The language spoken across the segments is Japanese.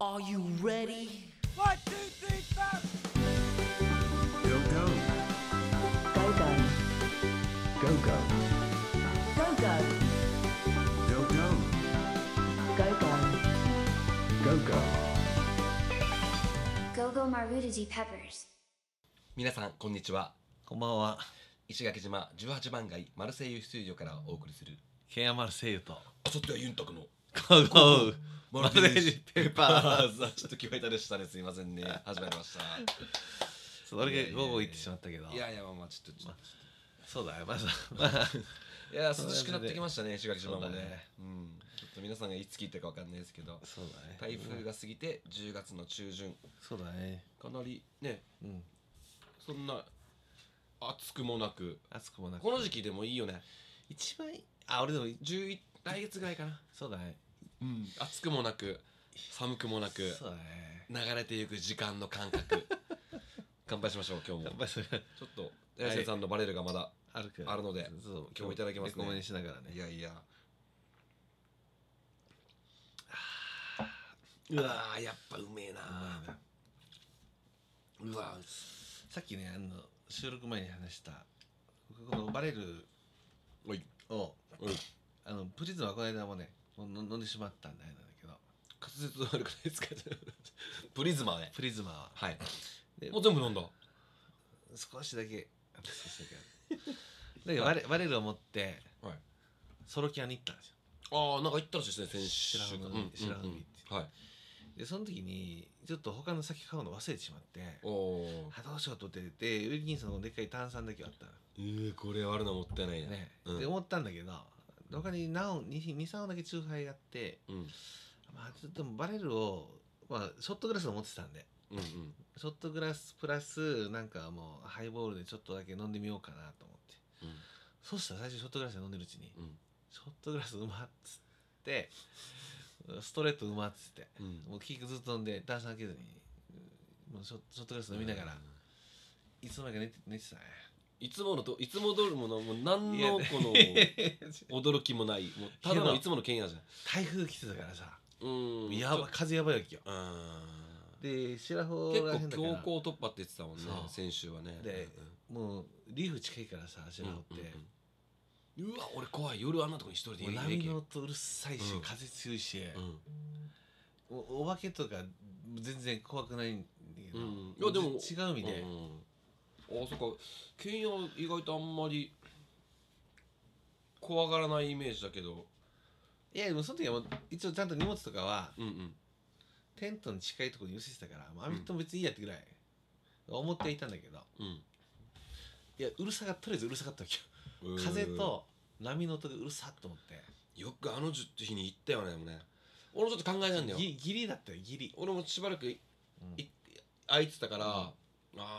Are you ready? One, two, three, four. Go go. Go go. Go go. Go go. Go go. Go go. Go go. Gogo Marudaji Peppers. 皆さんこんにちはこんばんは。石垣島18番街マルセイユ出場からお送りするケンヤマルセイユと。あさってはユンタクのゴーゴーママルルセセイイユユペペーーパパーズちょっと聞こえたでしたねすいませんね始まりましたそれでゴーゴー言ってしまったけど。いやいやまあまあちょっとちょっそうだよ。まず、ま あ、といや涼しくなってきましたね石垣島もねそうだねうんちょっと皆さんがいつ聞いたかわかんないですけどそうだね。台風が過ぎて10月の中旬そうだね。かなりねうん。そんな暑くもなく暑くもなく。この時期でもいいよね一番いい、あ、俺でも、 11来月ぐらいかなそうだね。うん暑くもなく寒くもなくそうだね。流れていく時間の感 覚乾杯しましょう今日もやっぱりそれちょっと大勢さんのバレルがまだ、あるから。あるのでそう今日もいただきますねレコメンしながらい、ね。やいやううわわーやっぱうめえなうわさっきね、あの、収録前に話した、このバレルおいを、おいあの、プリズムはこの間もね、もう飲ん飲んでしまったんであれなんだけど、滑舌悪くないですかプリズマねプリズマは。はいでもう全部飲んだ少しだけあと少しだけあるだけど我我らを持って、はいソロキャンに行ったんですよああなんか言ったらしいですね先週白髪のうん白髪のうんってうんはいでその時にちょっと他の先買うの忘れてしまっておおあどうしようと思っててウィルキンソンのでっかい炭酸だけはあったえー、これあるのもったいないのねね、うんで思ったんだけど他に23本だけ酎ハイがあって、うんまあ、ちょっとバレルを、まあ、ショットグラスを持ってたんでうんうんショットグラスプラスなんかもうハイボールでちょっとだけ飲んでみようかなと思ってそしたら最初ショットグラスで飲んでるうちに、うんショットグラスうまっつってストレートうまっつってうんうんもうキックずっと飲んで段差開けずにうんもうショショットグラス飲みながら、いつの間にか寝て寝てたねいつものといつも通りものもう何いやのこの驚きもないもうただのいつもの剣やじゃん台風来てたからさ、うんやば風やばいわけようで白穂らへんん結だ構か強ら行突破って言ってたもんねそう先週はねでもうリーフ近いからさうん白うん穂うって、んうんうわ俺怖い夜あんなとこに一人でいるもう波の音うるさいし、うん風強いし、うんおお化けとか全然怖くないんだけど、うんいやでも違う意味で、うんうんあそっかケンヤ意外とあんまり怖がらないイメージだけどいやでもその時はもう一応ちゃんと荷物とかはうんうんテントに近いところに寄せてたから、まあ、アメフトも別にいいやってぐらい思ってはいたんだけど、うんいやうるさがとりあえずうるさかったわけよ風と波の音がうるさっと思ってよくあの日に行ったよねもうね俺もちょっと考えたんだよギギリだったよギリ俺もしばらくい、うんい空いてたから、あ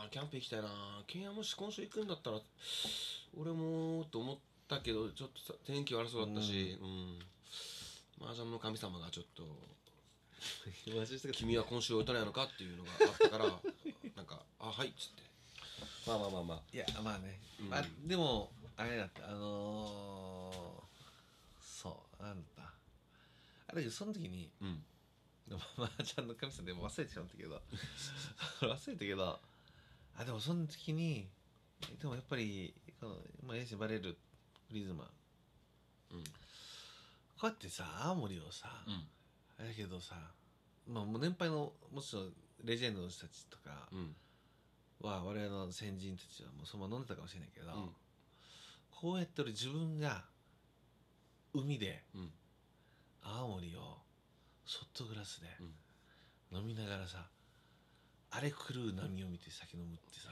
ーキャンプ行きたいなケンヤもし今週行くんだったら俺もと思ったけどちょっとさ天気悪そうだったしうん麻雀の神様がちょっとマジで「君は今週打たないのか?」っていうのがあった からなんか「あはい」っつってまあまあまあまあいやまあね、うんまあ、でもあれだったあのー、そうなんだったあれだけどその時にうんでも まあちゃんの神様でも忘れてしまったけど 忘れたけどあでもその時にでもやっぱりこの、まあ、やしバレるリズマうんこうやってさ青森をさ、うんあれだけどさまあもう年配のもちろんレジェンドの人たちとかうんは我々の先人たちはもうそのまま飲んでたかもしれないけど、うんこうやって俺自分が海でうん青森をショットグラスでうん飲みながらさ、あれ狂う波を見て酒飲むってさ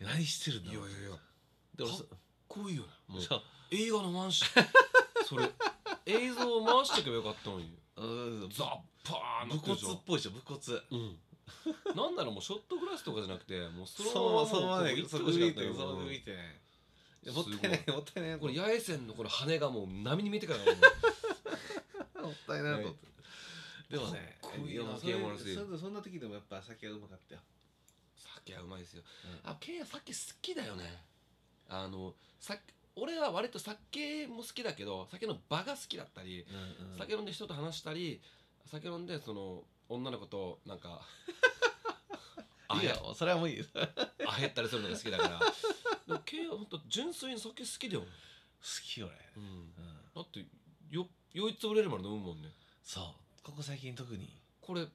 何してるんだいやろういやいやで俺そこういうよねもうそう映画のワンシーン それ映像を回してけばよかったのにうんザッパーな武ってる骨っじゃんぽいでしょ武骨うん、なんならもうショットグラスとかじゃなくてもうそそのままそののままままもうでこうそ行こってほしかったで見てよそこで見ていやもったいないもったいないこれや八重線のこの羽がもう波に見てからもうもったいないと思ってでもねかっこいいなやもうケイマルセイユそれそんな時でもやっぱ酒はうまかったよ酒はうまいですよ、うあケイヤ酒好きだよねあのさ俺は割と酒も好きだけど酒の場が好きだったり、うんうん酒飲んで人と話したり酒飲んでその女の子となんかあ いへやそれはもういい好あへ ったりするのが好きだからでもケイは本当純粋に酒好きだよ、き俺、うん、うん、だってよ酔いつぶれるまで飲むもんねそうここ最近特にこれ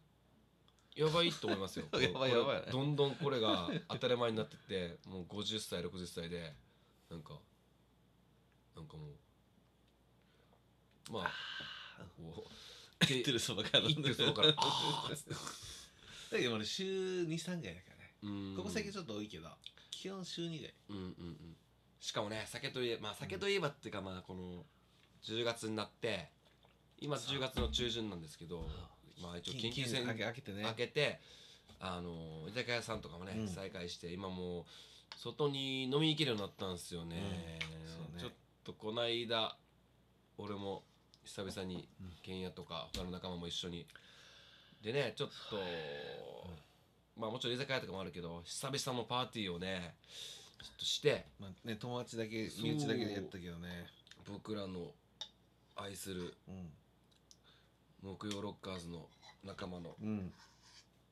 やばいと思いますよ やばいこれやばいねどんどんこれが当たり前になってってもう50歳60歳でなんかなんかもうまあこう言ってるそばから言ってるそ ばからだあーっつってけど俺週23回だからねうんここ最近ちょっと多いけど基本週2回うんうんうんしかもね酒といえまあ酒といえばっていうかまあこの10月になって今そう10月の中旬なんですけどうまあ一応緊急宣開け開けてね開けてあの居酒屋さんとかもね、うん再開して今もう外に飲みに行けるようになったんですよね,、うんそうねちょっとこの間俺も久々にうん剣屋とか他の仲間も一緒にでねちょっと、まあもちろん居酒屋とかもあるけど久々のパーティーをねちょっとしてまあね友達だけそう身内だけでやったけどね僕らの愛するうん木曜ロッカーズの仲間のうん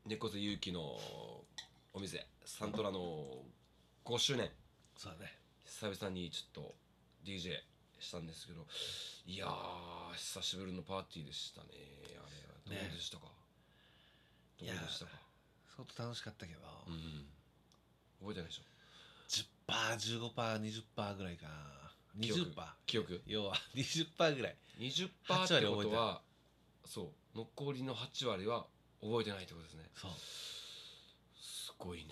猫背勇気のお店サントラの5周年そうだね久々にちょっと DJ したんですけどいやー久しぶりのパーティーでしたねあれはねどうでしたか、いどやうでしたか相当楽しかったけど、うん覚えてないでしょ10%、15%、20%ぐらいかな。記憶20%。記憶要は 20%ぐらい。 20%八っ割てこと覚えてはそう残りの8割は覚えてないってことですねそう。すごいね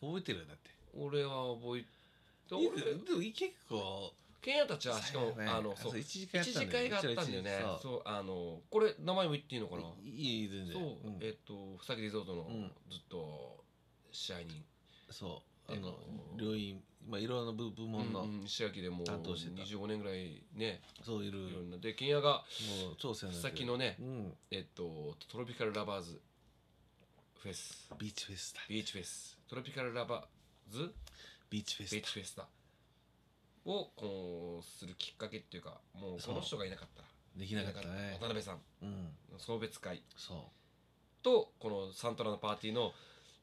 覚えてるよ、だって。俺は覚えてい俺つでも結構、ケンヤたちはしかも、そうやねあのそう1時間一次会があったんだよねそうあのこれ名前も言っていいのかなういいいい全然そう、んえっ、とふさぎリゾートのうんずっと支配人そうあえっのと病院まあいろんな部部門の、うん石垣でもう担当してた25年ぐらいねそういるいろもんなで金谷がう超世話ふになさってるきのねうんえっとトロピカルラバーズフェスビーチフェスタビーチフェストロピカルラバーズビーチフェビスータチフェスタをこうするきっかけっていうかもうこの人がいなかったらできなかったいね渡辺さんうんの送別会そとこのサントラのパーティーの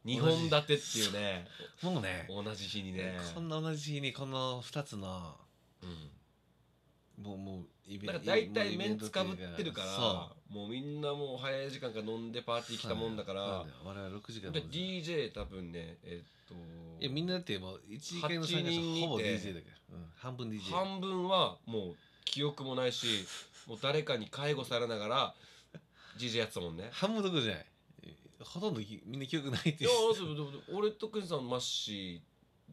2本立てっていうねうもうね同じ日にねこんな同じ日にこの2つのうんもうもうイベなんかい大もう体イメベントツかぶってるからそもうみんなもう早い時間から飲んでパーティー来たもんだかそうならんだよ我々6時間で飲んで DJ 多分ねえっといやみんなだってもう1時間の参8加人いて者ほぼ DJ だから、うん、半分 DJ 半分はもう記憶もないしもう誰かに介護されながら DJ やってたもんね。半分どころじゃないえほとんどきみんな記憶ないっ ていいうやでもでもでも俺とクンさんマッシー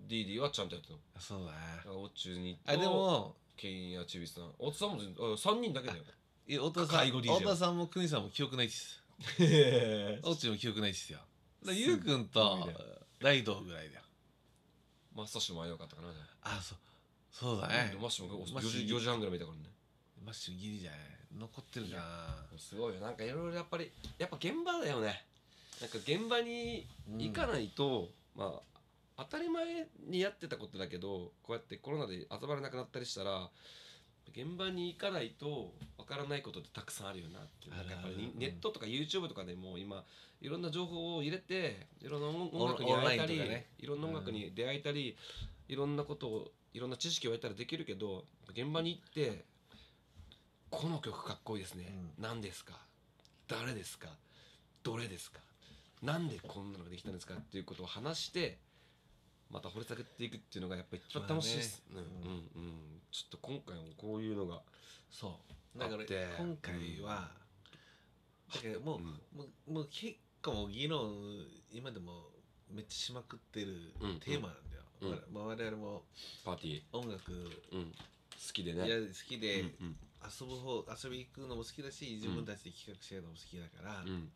ディーディはちゃんとやってたの。 そうだなだからオッチュにとあでもケインやチビさんおつさんも全然あ三人だけだよ。いや太田さん介護 DJ 太田さんも邦さんも記憶ないですオッチも記憶ないですよだからゆうくんすごといね大道ぐらいだよマッサシも会えなかったかなじゃああそうそうだうんねでもマッシュもマ4ッシュ時 ,4 時半ぐらい見たからねマッシュギリじゃない残ってるかなすごいよなんかいろいろやっぱりやっぱ現場だよねなんか現場に行かないと、まあ当たり前にやってたことだけどこうやってコロナで集まれなくなったりしたら現場に行かないとわからないことってたくさんあるよなっていうあなんるかやっぱりあるうんネットとか YouTube とかでもう今いろんな情報を入れていろんな音オン楽に会えたオンラインり、とかねいろんな音楽に出会えたり、いろんなことをいろんな知識を得たらできるけど現場に行って「この曲かっこいいですね、う何ですか誰ですかどれですかなんでこんなのができたんですか?」っていうことを話してまた掘り下げていくっていうのがやっぱ一番楽しいです、まあねうんうんうんちょっと今回もこういうのがそうだからあって今回は、だからもう、うんもうもう結構議論今でもめっちゃしまくってるうんテーマなんだよ、うんまあ我々もパーティー、音楽うん、好きでいやね。好きでうんうん遊ぶ方遊び行くのも好きだし自分たちで企画してるのも好きだから、うん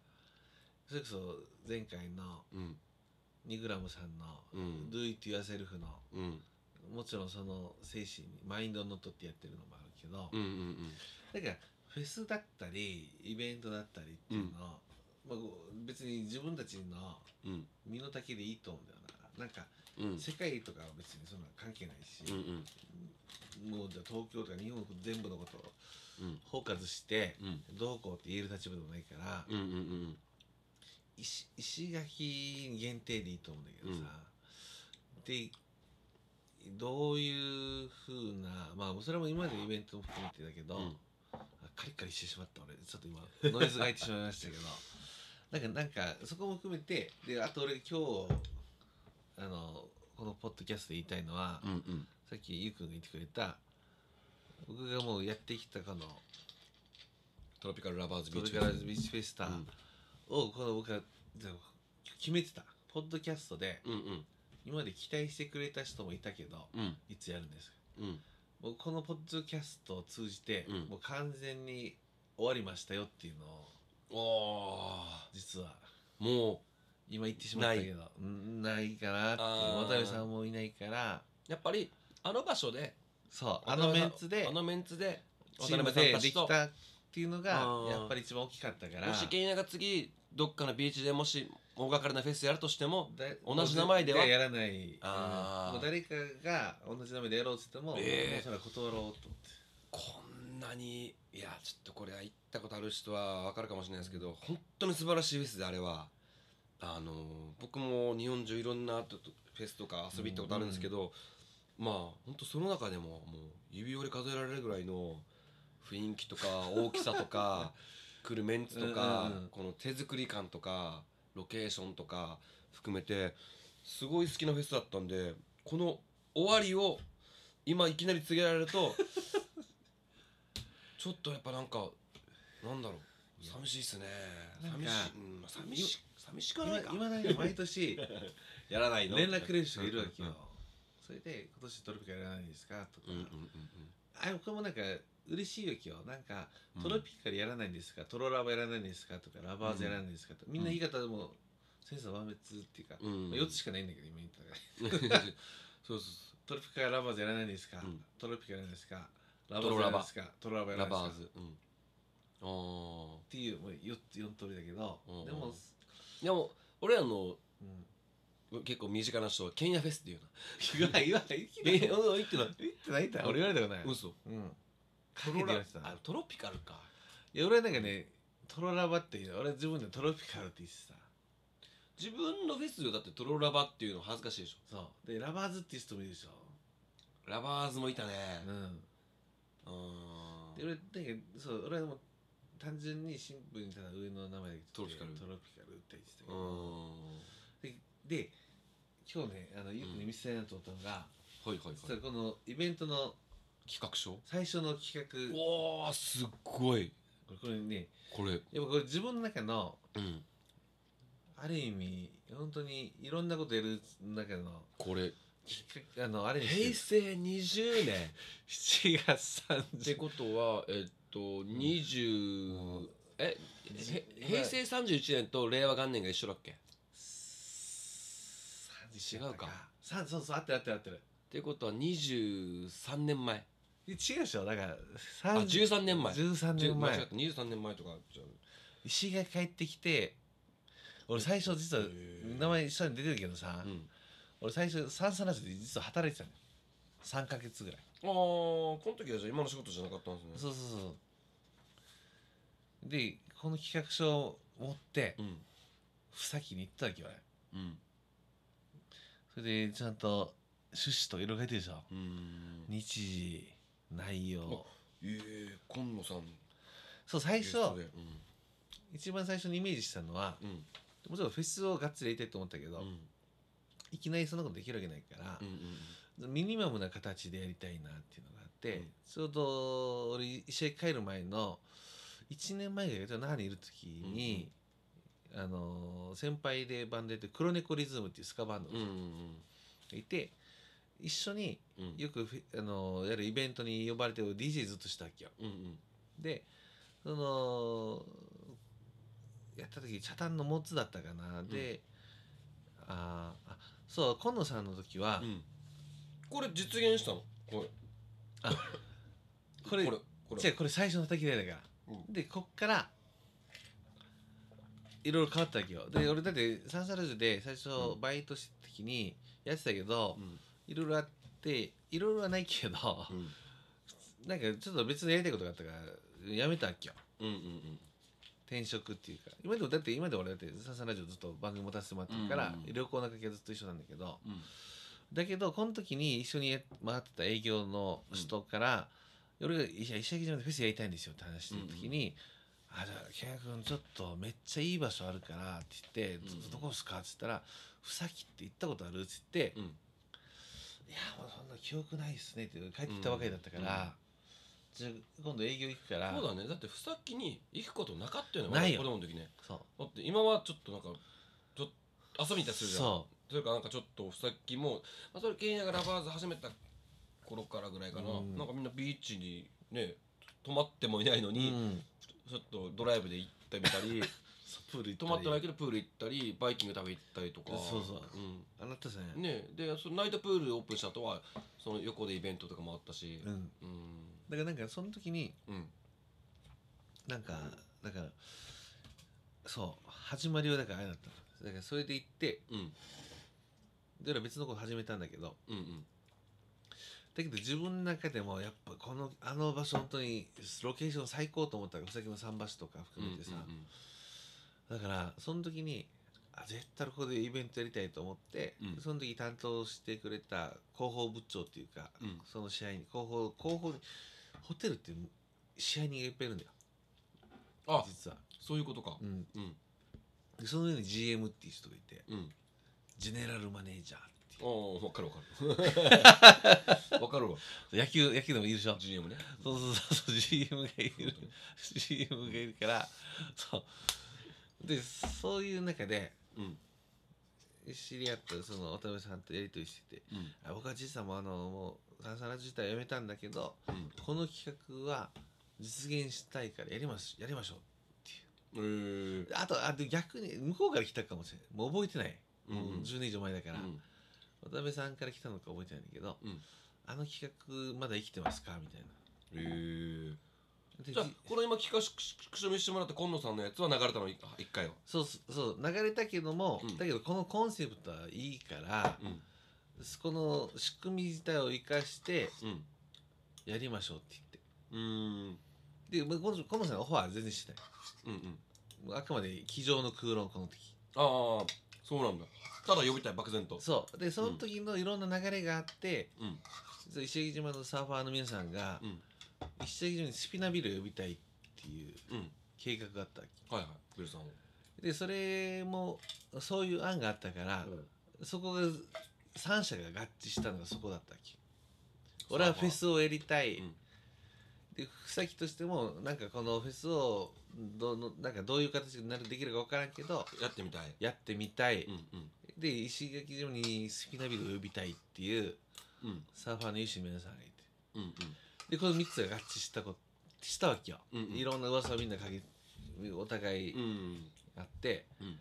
それこそ前回のうんニグラムさんのうん「Do It Yourself」のうんもちろんその精神にマインドにのっとってやってるのもあるけど、うんうんだからフェスだったりイベントだったりっていうのを、まあこう、別に自分たちのうんうん身の丈でいいと思うんだよななんかうん世界とかは別にそんな関係ないし、うんうんもうじゃあ東京とか日本全部のことをうん包括して、うんどうこうって言える立場でもないから、うんうんうん石石垣限定でいいと思うんだけどさ、でどういうふうなまあそれも今までのイベントも含めてだけど、うんあカリカリしてしまった俺ちょっと今ノイズが入ってしまいましたけど なんかなんかそこも含めてであと俺今日あのこのポッドキャストで言いたいのは、うんうんさっきゆうくんが言ってくれた僕がもうやってきたこのトロピカルラバーズビこーれチからビーチフェスタうんをこの僕はでも決めてたポッドキャストでうんうん今まで期待してくれた人もいたけどうんいつやるんですかうんもうこのポッドキャストを通じて、うんもう完全に終わりましたよっていうのをお実はーも今言ってしまったけどうんないかなってあー渡辺さんもいないからうやっぱりあの場所でそうあのメンツであのメンツでチームでできたっていうのがあーやっぱり一番大きかったからもしケニアが次どっかのビーチでもし大掛かりなフェスやるとしてもだ同じ名前ではもう絶対やらないあーもう誰かが同じ名前でやろうって言っても、ええもうそれは断ろうと思ってこんなにいやちょっとこれは行ったことある人は分かるかもしれないですけど本当に素晴らしいフェスであれはあの僕も日本中いろんなとフェスとか遊び行ったことあるんですけど、まあ本当その中でももう指折り数えられるぐらいの雰囲気と か大きさとか来るメンツとか、うんうんうんこの手作り感とかロケーションとか含めてすごい好きなフェスだったんでこの終わりを今いきなり告げられる とちょっとやっぱなんかなんだろう寂しいっすねなん寂かしい、うん、寂し寂しくはないか今今だけ毎年 やらないの連絡くれる人がいるわけようんそれで今年トロピカやらないですかとか、うんうんうんあ僕もなんか嬉しいわけよなんかうんトロピカルやらないんですか、トロラバやらないんですかとかラバーズやらないんですかとみんな言い方でも、センスは万別っていうか、うんまあ4つしかないんだけど今言ったからそうそうそトロピカルラバーズやらないんですか、うんトロピカルやらないんですかラバートズロやらラないんバですかトロラバうやらラないんですかバーズうんあっていうもう 4, 四通りだけど、うんうんでも、 あでも俺らのうん、結構身近な人はケンヤフェスっていうな言わない言わない え言ー、うん言ってないってない言ってない俺言われたことない嘘うんかトけてロ言わラれてたあトロピカルかいや俺はなんかねトロラバっていう俺は自分でトロピカルって言ってた自分のフェスよだってトロラバっていうの恥ずかしいでしそうでラバーズっていう人もいるでしょょラバーズもいたねうんうでん俺なんかそう俺はもう単純にシンプルにただ上の名前でトロピカルトロピカルって言ってたけうど、んでで今日ねあのよくね見せたいなと思ったのが、はいはいはい実はこのイベントの企画書最初の企画こおーすっごいれこれねこれやっぱこれ自分の中のうんある意味本当にいろんなことやる中のこれきっかけあのあれにして平る成20年 7月って30ことはえっと20えへ今平成31年と令和元年が一緒だっけっ日違うかさそうそう合ってる合ってる合ってるてことは23年前で違うでしょだからあ30 13年前13じゅ年間違っ前た23年前とかじゃあ石が帰ってきて俺最初実はへー名前下に出てるけどさ、うん俺最初サンサナスで実は働いてたのよ3か月ぐらい、あーこの時はじゃあ今の仕事じゃなかったんですねそうそうそうでこの企画書を持ってうんふさきに行ったわけよ俺うんそれでちゃんと趣旨と色が出てるでしょうん日時内容ええ今野さんそう最初ゲストで一番最初にイメージしたのはうんうんもちろんフェスをがっつりやりたいと思ったけど、うんいきなりそんなことできるわけないからう、んうんミニマムな形でやりたいなっていうのがあって、うんちょうど俺試合帰る前の1年前ぐらいと那覇にいる時に、あのー先輩でバンドやってる黒猫リズムっていうスカバンドうんうがんいて、一緒にうんよくフェ、あのーやるイベントに呼ばれてる DJ ずっとしたわけよ。うんうんでそのやった時茶炭のモツだったかな、であーあそう今野さんの時は、うんこれ実現したのこれこれこれこ違れうこれ最初の叩き台だから、うでこっからいろいろ変わったわけよで俺だってサンサルジュで最初うんバイトした時にやってたけどうんいろいろあっていろいろはないけど、うんなんかちょっと別にやりたいことがあったからやめたっけようんうん転職っていうか今でもだって今で俺だってササラジオずっと番組持たせてもらってるから、うんうん旅行の関係はずっと一緒なんだけどうんだけどこの時に一緒に回ってた営業の人から、俺が「いや石垣島でフェスやりたいんですよ」って話してる時に「あじゃあケン君ちょっとめっちゃいい場所あるから」って言って「うんどどこですか?」って言ったら「ふさきって行ったことある?」って言って「うんうんいやもうそんな記憶ないっすね」って帰ってきたばかりだったから、じゃあ今度営業行くからそうだねだってふさっきに行くことなかったよねないよ子供の時ねそうだって今はちょっとなんかちょっと遊びに行ったりするじゃんそというかなんかちょっとさっきも、まあ、それケンヤがラバーズ始めた頃からぐらいかな、うんなんかみんなビーチにね泊まってもいないのう、に、うんちょっとドライブで行ってみたりそうプール行っ泊たりまってないけどプール行ったりバイキング食べ行ったりとかそうそううあなたさん、ね、ねでそのナイトプールオープンした後はその横でイベントとかもあったしうん、うんだからなんかその時にうんなんかだからそう始まりはだからあれだったのだからそれで行ってうんだから別のこと始めたんだけどうんうんだけど自分の中でもやっぱこのあの場所本当にロケーション最高と思ったらふさきの桟橋とかうん含めてさ、うんだからその時にあ絶対ここでイベントやりたいと思って、うんその時担当してくれた広報部長っていうか、うんその試合に広報広報ホテルって試合にいっぱいいるんだよあ実は、そういうことかうん、うんでその上に GM っていう人がいてうんジェネラルマネージャーっていおお分かる分か る分かるわう野球野球でもいるでしょ GM ねそうそうそうそう GM がいる GM がいるからそうでそういう中でうん知り合ったその渡辺さんとやり取りしててうんあ僕は実はもうあのもうサンサラジ自体はやめたんだけどうんこの企画は実現したいからやりますやりましょうえーあとあと逆に向こうから来たかもしれないもう覚えてない、もううん10年以上前だから、うん渡辺さんから来たのか覚えてないんだけど、うんあの企画まだ生きてますかみたいなえーでじゃあじこの今聞かしくし見してもらった今野さんのやつは流れたの一一回はそうそうそう流れたけども、うんだけどこのコンセプトはいいから、うんそこの仕組み自体を生かしてうんやりましょうって言ってうんでまあこのこのさんのオファーは全然してないうんうんもうあくまで机上の空論この時ああそうなんだただ呼びたい漠然とそうでその時のいろんな流れがあって、うんそう石垣島のサーファーの皆さんが、うん石垣島にスピナビルを呼びたいっていううん計画があったわはいはいビルさんをけでそれもそういう案があったから、そこが3社が合致したのがそこだったっけ俺はフェスをやりたい、うんで草木としてもなんかこのフェスをどのなんかどういう形になるできるか分からんけどやってみたいやってみたい、うんうんで石垣島にスピナビルを呼びたいっていううんサーファーの有志の皆さんがいてうんでこの3つが合致したことしたわけよ、うんうんいろんな噂をみんなかけお互いうんうんあって、うん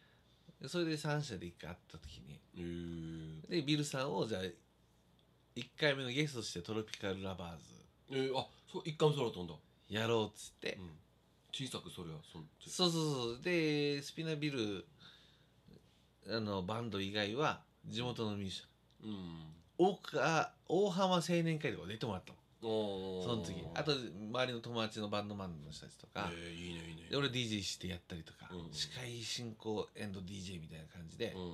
でそれで3社で1回会った時にえーでビルさんをじゃあ1回目のゲストとしてトロピカルラバーズえー、あそう一回もそうだったんだ、やろうっつって、うん、小さくそれはそんそうそうそうでスピナビルあのバンド以外は地元のミュージシャンうん大川大浜青年会とか出てもらったのおーその時あと周りの友達のバンドマンの人たちとか、えー、いいねいいねで俺 DJ してやったりとか、うん司会進行 &DJ みたいな感じでうん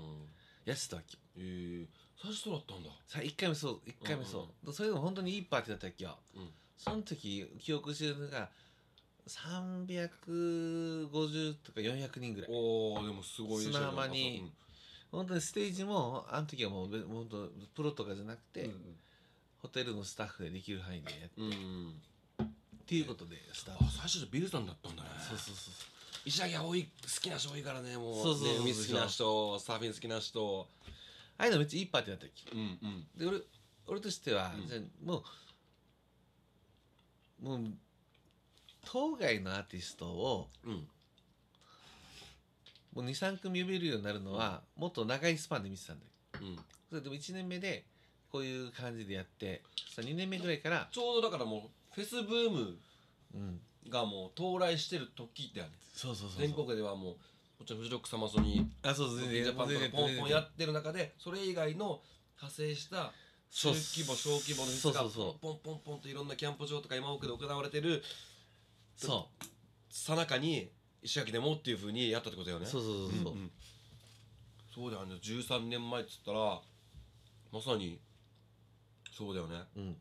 やってたわけ、えー、最初そうだったんださ1回目そう1回目そう、それでも本当にいいパーティーだったっけよ、うんその時記憶してるのが350とか400人ぐらいおーでもすごいね砂浜に本当にステージもあの時はもうべ本当プロとかじゃなくて、うんホテルのスタッフでできる範囲でやっうん、うん、ていうことでスターあト、最初ビルさんだったんだねそうそうそうそう石垣は多い好きな人多いからねもうそうそうそうね海好きな人サーフィン好きな人ああいうのめっちゃいいパーティーだったっけうんうんで俺俺としては、うんじゃあもうもう当該のアーティストをうんもう23組呼べるようになるのは、もっと長いスパンで見てたんだけどうんそれでも1年目でこういう感じでやってさ2年目ぐらいから、ちょうどだからもうフェスブームうん、がもう到来してる時だよねそうそうそうそう全国ではもうこっちらフジロックサマソニーあそうそうジャパンとかポンポンやってる中でそれ以外の派生した中そうっす規模小規模のフェスがそうそうそうポンポンポンといろんなキャンプ場とか今奥で行われてるそさなかに石垣でもっていうふうにやったってことだようねそうそうそうそう、うんうんそうだよね13年前っつったらまさにそうだよねうんうんうん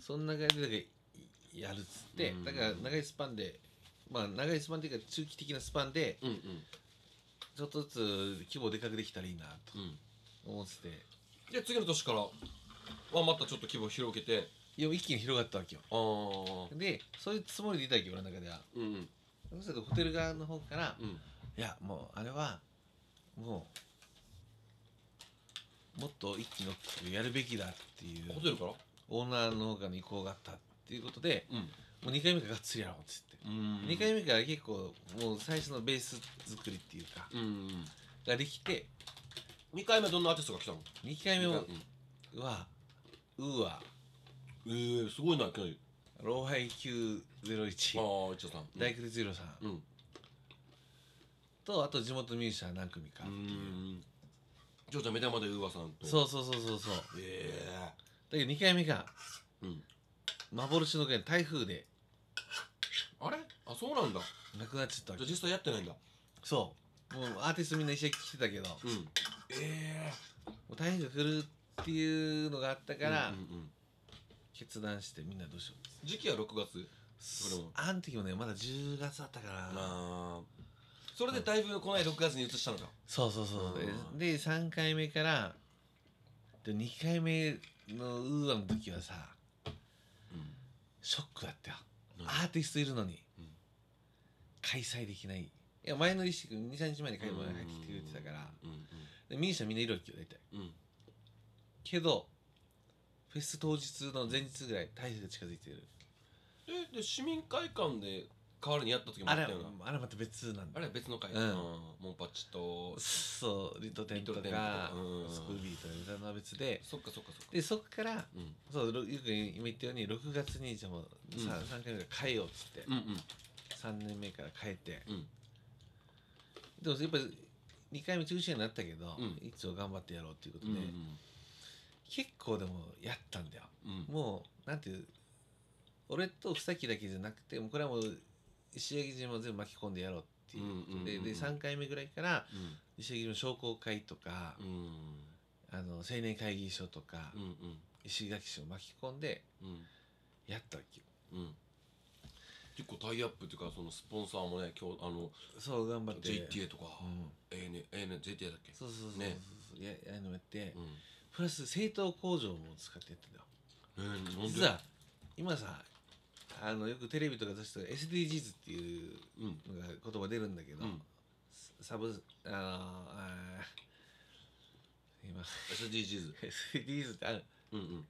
そんな感じでやるっつって、うんだから長いスパンでまあ長いスパンっていうか中期的なスパンでうんうんちょっとずつ規模でかくできたらいいなとうん思ってて、で次の年からはまたちょっと規模を広げていや一気に広がったわけよああでそういうつもりでいたわけよ俺の中ではうんうんそうするとホテル側の方から、ういんやもうあれはもうもっと一気に大きくやるべきだっていホテうルからオーナーの方からの意向があったっていうことでうんもう2回目からがっつりやろうっつって、うん2回目から結構もう最初のベース作りっていうかうんができて2回目どんなアーティストが来たの2回目うはんウーアえー、すごいな去年ローハイ901ああ一応さん大工ゼロさんうんとあと地元ミュージシャン何組かうっていんジョーちゃん目玉でウーバーさんとううそうそうそうそうそうだえけど2回目がえうん幻の件台風であれあそうなんだなくなっちゃったわじゃけあ実際やってないんだそうもうアーティストみんな一緒に来てたけどもうんえう台風が来るっていうのがあったえからうんうん決断してみんなどうしようって時期は6月それもあん時もねまだ10月だったからあーそれでだいぶこの間6月に移したのかそうそうそううでで3回目からで2回目のウーアの時はさうんショックだったよ何アーティストいるのにうん開催できないいや前の石君23日前に開幕が来てくれてたからうんでミュージシャンみんないるわけよ大体うんうんけどフェス当日の前日ぐらい台風が近づいてるえで市民会館で代わりにやった時もああったれよなあれまた別なんあだれは別の会、うんモンパッチとそうリトテンとリトテンとかかうんスクービーとかみたいなのは別でそっかそっかそっかでそっからうんそうろよく今言ったように6月にじゃあもう 3, うん3回目から変えようっつってうんうん3年目から変えてうんでもやっぱり2回目中止になったけど、うん一応頑張ってやろうっていうことうんで、結構でもやったんだようんもうなんていう俺と房木だけじゃなくてもうこれはもう石垣島を全部巻き込んでやろうっていうこうとで,、んうんうんうんで3回目ぐらいからうん石垣島商工会とか、うんあの青年会議所とか、うんうん石垣市を巻き込んでうんやったわけようん結構タイアップっていうかそのスポンサーもね今日あのそう頑張って JTA とかうん ANA JTA だっけそうそうそうそう、ねややるのやって、うんプラス製糖工場も使ってやってたよえーなんで実は今さあのよくテレビとか雑誌とか SDGs っていううんのが言葉出るんだけど、うんサブあのあー今 SDGs SDGs ってあるうんうん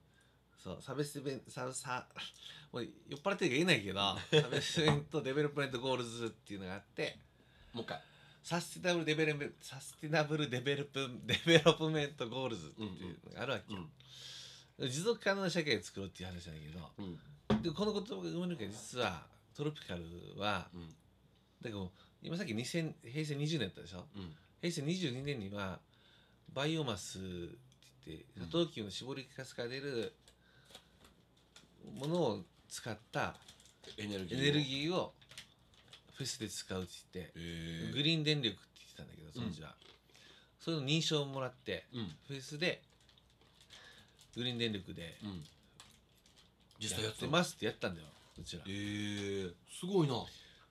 そうサベスベンササもう酔っ払ってるから言えないけどサベスベントデベロップメントゴールズっていうのがあってもう一回サスティナブルデベレンサスティナブルデベロップデベロップメントゴールズっていうのがあるわけ、うん持続可能な社会を作ろうっていう話なんだけど、うんでこの言葉が生まれるから実はトロピカルはうんだけど今さっき2000平成20年だったでしょうん平成22年にはバイオマスって言ってうんサトウキビの搾りかすから出るものを使ったエネルギエーネルギーをフェスで使うって言ってえーグリーン電力って言ってたんだけどその時は、そういうの認証をもらってうんフェスでグリーン電力でうん実際ややっっててたますってやったんだようちらえー、すごいな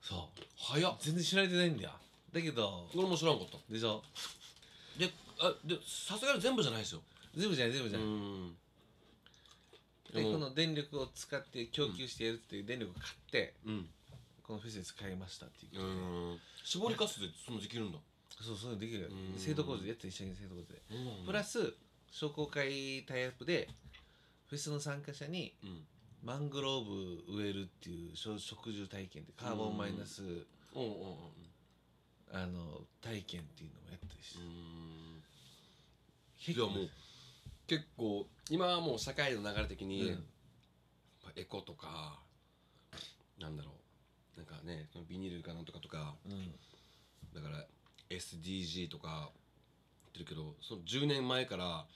そう早っ全然知られてないんだよだけど俺も知らんかったでしょであでさすがに全部じゃないですよ全部じゃない全部じゃない、んででこもの電力を使って供給してやるっていう電力を買って、うんこのフェスで使いましたっていううことで、ん絞りかすでそのできるんだそうそういうのできるようん制度工事でやって一緒に制度工事で、プラスス商工会タイアップでフェスの参加者にうんマングローブ植えるっていう植植樹体験でカーボンマイナス、おうおうおうあの体験っていうのもやったりしうて、ん結じゃあ構もう結構今はもう社会の流れ的に、うんやっぱエコとかなんだろうなんかねビニールかなんとかとかうんだから SDG とか言ってるけどその10年前から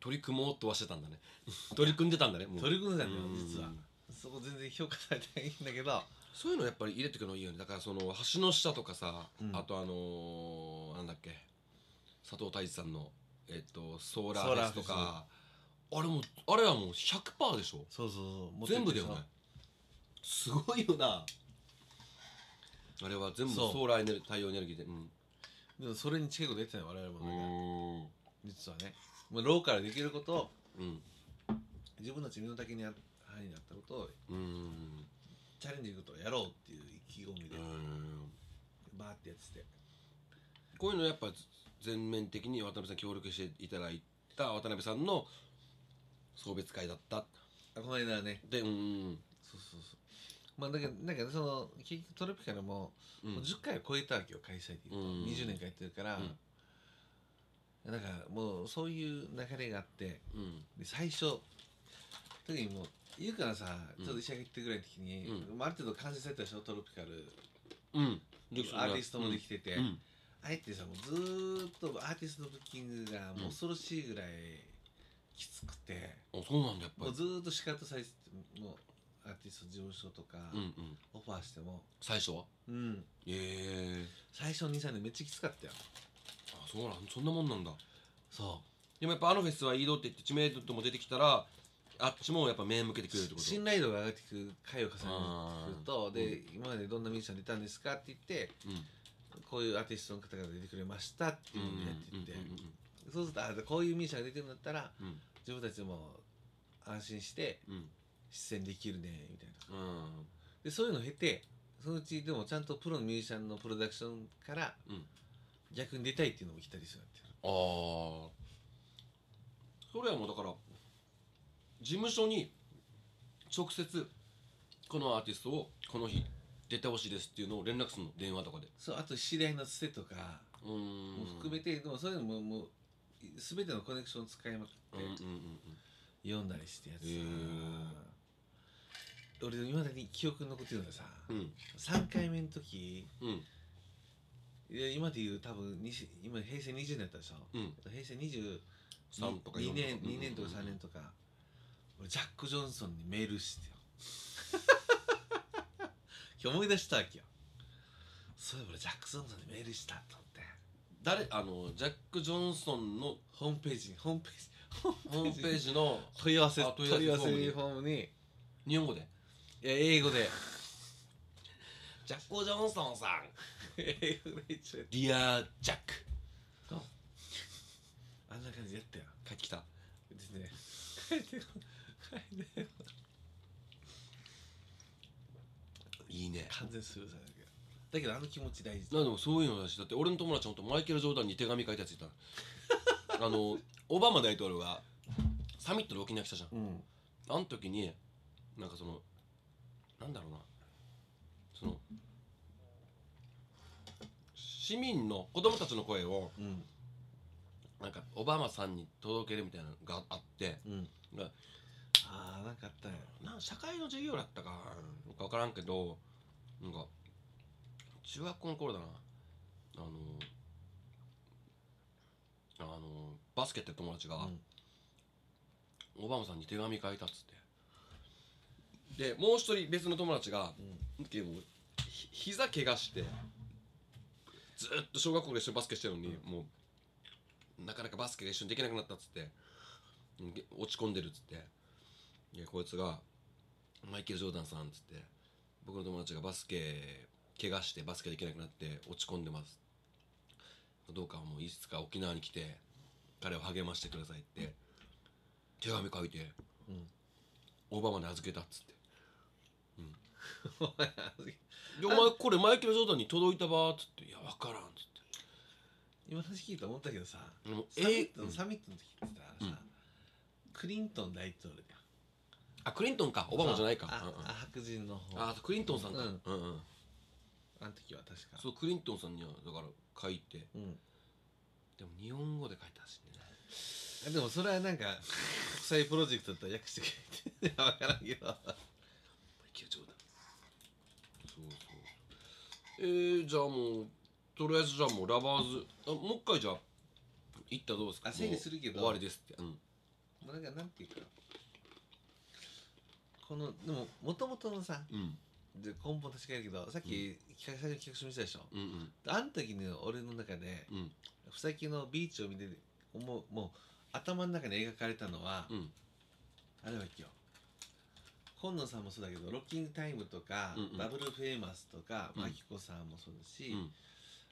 取り組もうとはしてた んだね取り組んでたんだねもう取り組んでたんだよう実はそこ全然評価されてないんだけどそういうのやっぱり入れてくのいいよねだからその橋の下とかさ、うんあとあのーなんだっけ佐藤太一さんのえっとソーラソーーフラェースとかあれもあれはもう100%でしょそうそうそう持って全っ部てだるよ人ねすごいよなあれは全部そうソーラーエネル太陽エネルギーでうんでもそれに近いことやってたよ我々もなんかうん実はね、まあ、ローカルできることをうん自分たち身の丈にあ範囲になったことをうんチャレンジングとやろうっていう意気込みでバーってやっててこういうのやっぱ全面的に渡辺さん協力していただいた渡辺さんの送別会だったっあこの間はねてうんそうそうそうまあだけどだけどその結局トロピカルも,、うんもう10回を超えたわけよ開催でいうと、うん20年間やってるから、なんかもうそういう流れがあってうんで最初特にもう言うからさうんちょっと石上行ってぐらいの時に、うまあ、ある程度完成されたでしょトロピカルうんアーティストもできてて、うんあえてさもうずーっとアーティストのブッキングがもう恐ろしいぐらいきつくて、あそうなんだやっぱもうりずーっと仕方されてもうアーティスト事務所とかうんうんオファーしても、最初はうん、ええ最初23年めっちゃきつかったよあそうなんそんなもんなんだそでもやっぱあのフェスはいいぞって言って知名度も出てきたらあっちもやっぱ目向けてくれるってうこと信頼度が上がってくる回を重ねてくるあとーで、今までどんなミュージシャン出たんですかって言ってうんこういうアーティストの方々出てくれましたっていうのをやってって、うんうんうんそうするとあこういうミュージシャンが出てるんだったらうん自分たちも安心してうん出演できるねみたいなうんでそういうのを経てそのうちでもちゃんとプロのミュージシャンのプロダクションからうん逆に出たいっていうのも来たりするようになってああそれはもうだから事務所に直接このアーティストをこの日出てほしいですっていうのを連絡するの電話とかでそうあと知り合いのつてとかうーんも含めて、でもそういうのももう全てのコネクションを使いまくうっんてうんうんうん読んだりしてやってたなへー俺いまだに記憶に残ってるのがさ、うん3回目の時うんいや今で言う多分にし今平成20年だったでしょ、うん平成20 3とか4 2年とか2年とか3年とか俺ジャック・ジョンソンにメールしてよ今日思い出したわけよそういえば俺ジャック・ジョンソンにメールしたと思って誰あのジャック・ジョンソンのホームページにホームページホホームページジ の問い合わせあ問い合わせフフォームにォームにいや日本語で英語で「ジャック・ジョンソンさん英語で一応やっディア・ジャックたあんな感じでやったよ」書きたですね帰ってこ帰ってこいいね完全スルーされるけどだけどあの気持ち大事なでもそういうのだしだって俺の友達ほんとマイケル・ジョーダンに手紙書いたやついたのあの オバマ大統領がサミットで沖縄来たじゃんうんあの時になんかそのなんだろうなその市民の子供たちの声をうんなんかオバマさんに届けるみたいなのがあってうんがああなんかあったんやなん社会の授業だったかなんか分からんけどなんか中学校の頃だなあのあのバスケって友達が、うんオバマさんに手紙書いたっつってでもう一人別の友達が、でもひ膝怪我してずーっと小学校で一緒にバスケしてるのに、もうなかなかバスケが一緒にできなくなったっつってうんげ落ち込んでるっつってでこいつが「マイケル・ジョーダンさん」っつって僕の友達がバスケ怪我してバスケできなくなって落ち込んでますどうかもういつか沖縄に来て彼を励ましてくださいって手紙書いて、オバマに預けたっつって で「お前これマイケル・ジョーダンに届いたば」っつって「いや分からん」っつって今話聞いて思ったけどさでもサミッえトのサミットの時ってさ、うんクリントン大統領だよあクリントンかオバマじゃないかあ、うんうんあ白人の方あクリントンさんか、うんうんうんあの時は確かそうクリントンさんにはだから書いてうんでも日本語で書いたしねあでもそれはなんか国際プロジェクトだったら訳してくれて分からんけど マイケル・ジョーダンそうそうえー、じゃあもうとりあえずじゃあもうラバーズあもう一回じゃあ行ったらどうですかあ整理するけどもう終わりですってうんまあなんかなんていうかこのでももともとのさうんで根本確かにけどさっき企画最初に企画書見せたでしょ、うんうんあの時の俺の中でうんふさきのビーチを見てもうもう頭の中に描かれたのは、うんあれはいいよ今野さんもそうだけど「ロッキングタイム」とか、うんうんダブルフェイマス」とかうんマキコさんもそうだし、うん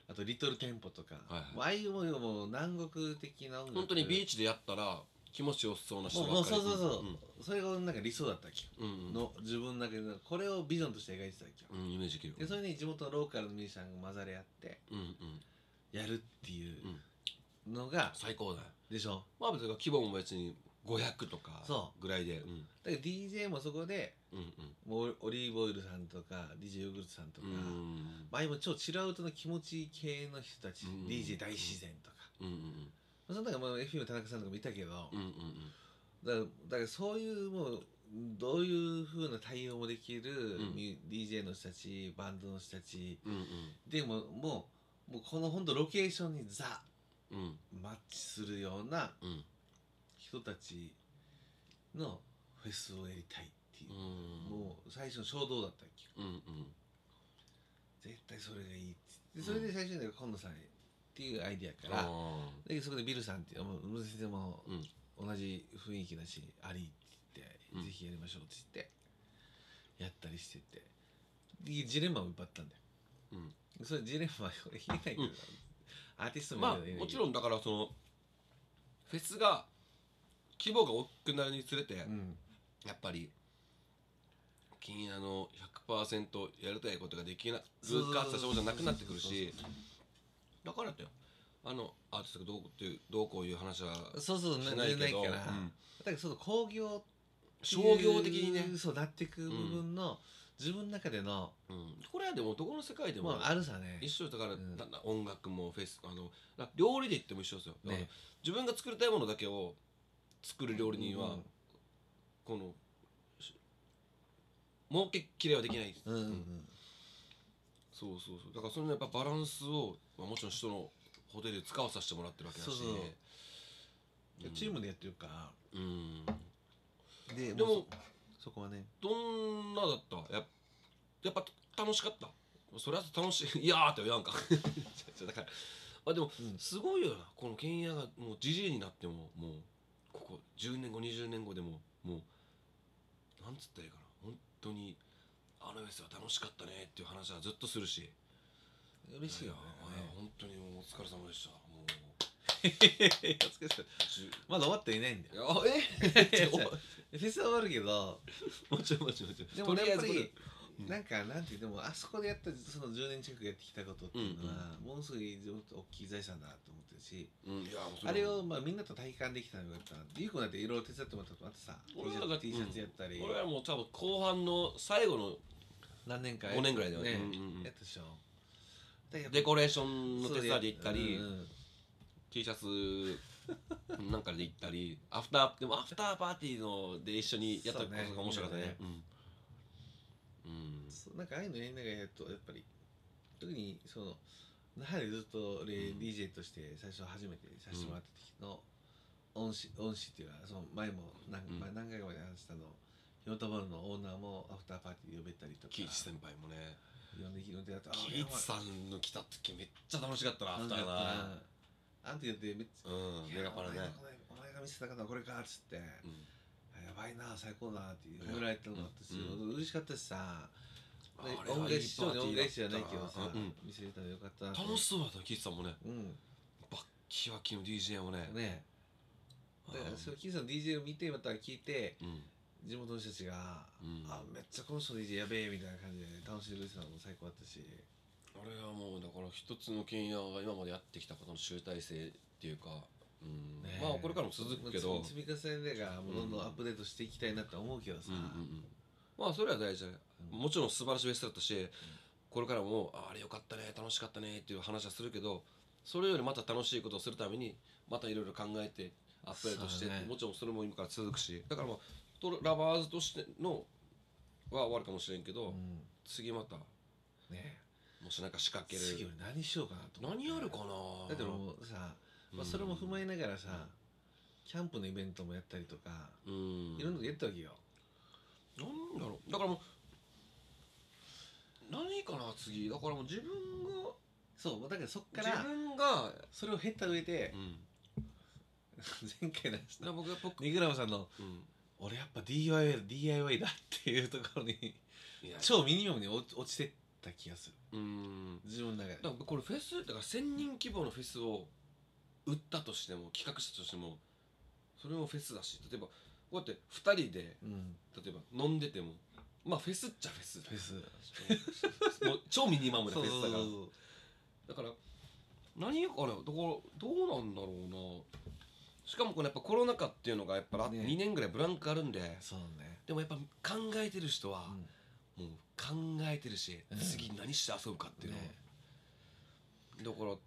あと「リトルテンポ」とか、はいはいもうああいうもうもう南国的な音楽本当にビーチチでやったら気持ちよさそうな人もうばもうっかそりうそうそう、んそれが俺の中で理想だったわけよ、うんうんの自分の中でこれをビジョンとして描いてたわけよ、うんイメージできるでそれに地元のローカルのミュージシャンが混ざり合ってうんうんやるっていうのが、最高だよでしょまあ別に規模も別に500とかそぐらいでうんだから DJ もそこでうんもうオリーブオイルさんとか DJ ヨーグルトさんとうか、んうんまあ今超チルアウトの気持ちいい系の人たち、うん DJ 大自然とか、うんうんまあその中まあ FM 田中さんとかもいたけど、うんうんうんだからだからそういうもうどういうふうな対応もできる、うんミュ DJ の人たちバンドの人たちうんでももうもうこの本当ロケーションにザうんうんマッチするようなうん人たちのフェスをやりたいっていうう、んもう最初の衝動だったっけうんうん絶対それがいいっつってでそれで最初になんか今野さんっていうアイディアから、あでそこでビルさんっていうもう先生もーうん同じ雰囲気だしありってう言っんて、ぜひやりましょうって言ってやったりしててでジレンマもいっぱいあったんだようんそれジレンマは俺言えないけど、うんアーティストまも言あえないもけちどろんだからそのフェスが規模が大きくなるにつれてやうんっぱり金あの100%やりたいことができなずそうそうそうかったそうじゃなくなってくるしそうそうだからだよあのアーティストがどうっていうどうこういう話はそうそうしなないれけどないかうら、んだからその工業って商いう業的にね、そうなってく部分の、自分の中でのうん、これはでもどこの世界でもまああるさね一緒だから、うんだんだん音楽もフェスあのだ料理で言っても一緒ですよ、だからね自分が作りたいものだけを作る料理人は、うんこのし儲けきれはできないです、うんうんううんんそうそうそうだからそのやっぱバランスを、まあ、もちろん人のホテルで使わさせてもらってるわけだしそうそういやうんチームでやってるから、うんででももうそそこはねどんなだったやっやっぱ楽しかったそれは楽しい いやーって言わんかだからあでも、うんすごいよなこのケンヤがもうじじいになってももうここ10年後20年後でももうなんつったらいいかな本当にあのフェスは楽しかったねっていう話はずっとするし嬉しいよ、ねやいや本当にもうお疲れ様でしたもうじゅまだ終わっていないんだいよや え違うフェスは終わるけどもちろんもちろんもちでろんもとりあやえっぱずこれりなんかなんていうでもあそこでやったその10年近くやってきたことっていうのは、ものすごい自分と大きい財産だと思ってるし、うんいやもうそあれれはをまあみんなと体感できたのがよかったなってゆうこなんていろいろ手伝ってもらったことあってさ T 俺シらャがツ T シャツやったり、俺はもう多分後半の最後の何年か5年ぐらいだよねね、うんうんうんやったでしょだからデコレーションの手伝いで行ったり、うんうん T シャツなんかで行ったりアフターでもアフターパーティーので一緒にやったことが面白かったねそううん、うんそうなんかああいうのやりながらやるとやっぱり特にその那覇でずっと俺うん DJ として最初初めてさせてもらった時の恩師恩師っていうかその前も何,、うん前何回か前に話したのヒョートボールのオーナーもアフターパーティーで呼べたりとかキイチ先輩もね呼んで呼んであとキイチさんの来た時めっちゃ楽しかったなアフんターなあんたやってめっちゃうんいメやガパラねお前お前が見せた方はこれかっつって、うんあやばいな最高だなって褒められたのもあったし、うん嬉しかったしさあれはいい恩返し師匠に恩返しじパゃーティーないだったけどさ、うん見せれたらよかったなと思って楽しそうだったキイチさんもねうバッキバキの DJ もねんねあだからーその金さんの DJ を見てまた聞いてうん地元の人たちが、うんあめっちゃこの人の DJ やべえみたいな感じで楽しんでくれてたのも最高だったし俺はもうだから一つの金屋が今までやってきたことの集大成っていうか、うんねえまあこれからも続くけど、まあ積み積み重ねだからもうどんどんうんアップデートしていきたいなって思うけどうさ、んうんうんまあそれは大事だね、もちろん素晴らしいフェスだったし、これからもああれよかったね楽しかったねっていう話はするけどそれよりまた楽しいことをするためにまたいろいろ考えてアップデートして、そうだねもちろんそれも今から続くしだからまあトラバーズとしてのは終わるかもしれんけど、うん次またねもし何か仕掛ける次俺何しようかなと思って何あるかなだってもうさ、まうあ、んそれも踏まえながらさ、キャンプのイベントもやったりとか、うんいろんなことやったわけよなんだろうだからもう何かな次だからもう自分がそうだからそっか自ら分がそれを経った上で うん前回出しだかたら僕やっぱニグラムさんのうん「俺やっぱ DIY だ DIY だ」っていうとこ ろにいや超ミニマムに落落ちてった気がするうん自分の中でだからこれフェスだから1000人規模のフェスを売ったとしても企画したとしてもそれもフェスだし例えばこうやって2人でうん例えば飲んでてもまあフェスっちゃフェスフェスもう超ミニマムなフそうェそうスだそうからだそうから何かなだからどうなんだろうなしかもこのやっぱコロナ禍っていうのがやっぱね2年ぐらいブランクあるんで、そうねでもやっぱ考えてる人はうんもう考えてるし、うん次何して遊ぶかっていうのは、ねだか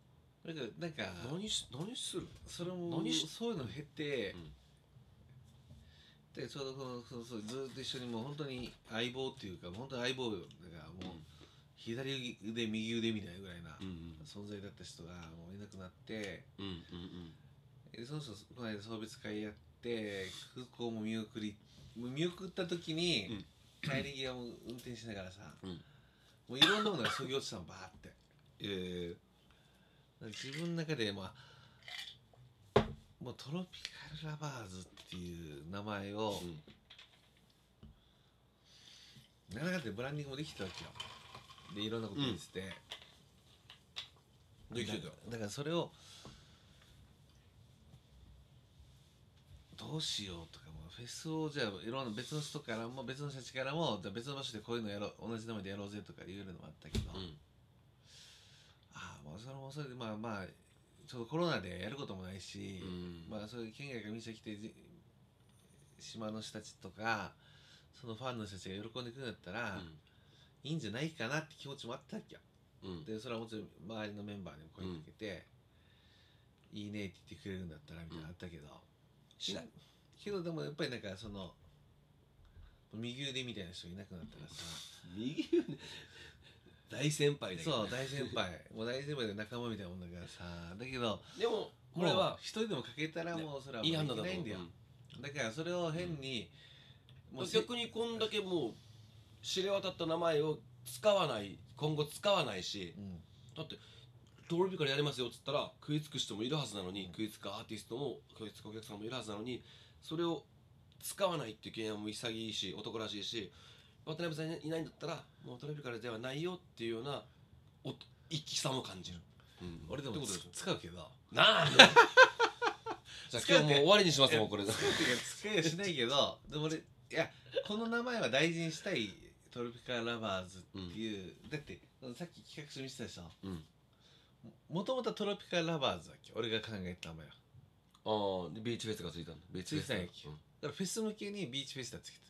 だからなんから何し何するそれも何しそういうの減って、うんでちょうどこのそうそうずっと一緒にもう本当に相棒っていうか本当に相棒よだからもううん左腕右腕みたいなぐらいなうん存在だった人がもういなくなってうんうんうんでその人この間送別会やって空港も見送り見送った時に、うん帰り際も運転しながらさ、うんもういろんなものがそぎ落ちたのバーって。え自分の中でまあもうトロピカルラバーズっていう名前をー、、うんなかなかでブランディングもできてたわけよでいろんなこと言ってて、できてたよだだからそれをどうしようとかもフェスをじゃあいろんな別の人からも別の人たちからもじゃあ別の場所でこういうのやろう同じ名前でやろうぜとか言えるのもあったけど、うんああもうそれもそれでまあまあちょっとコロナでやることもないし、うんまあそういう県外から見に来てじ島の人たちとかそのファンの人たちが喜んでくれるんだったら、いいんじゃないかなって気持ちもあったっけようんうんでそれはもちろん周りのメンバーにも声かけて、いいねって言ってくれるんだったらみたいなのあったけど、しないけどでもやっぱりなんかその右腕みたいな人いなくなったらさ右腕大先輩だけどそう大先輩もう大先輩で仲間みたいなもんだからさだけどでもここれれはは一人でも欠けたらねもうそれはもいい判う断でだきとない思んうだよ、うんだからそれを変に、もうせ逆にこんだけもう知れ渡った名前を使わない今後使わないしうんだってトロピカルやりますよっつったら食いつく人もいるはずなのに、食いつくアーティストも食いつくお客さんもいるはずなのにそれを使わないっていう経験も潔いし男らしいし渡辺さんいないんだったらもうトロピカルではないよっていうようなお一気さも感じる、うん俺でってもことつでしょ使うけどなあ じゃあ今日もう終わりにしますもんこれで使うっていうか使いはしないけどでも俺いやこの名前は大事にしたいトロピカルラバーズっていう、だってさっき企画書見せたでしょうんももともとはトロピカルラバーズだっけ俺が考えた名前はああでビーチフェスがついたんだビーチフェスついてないっけだからフェス向けにビーチフェスタつけた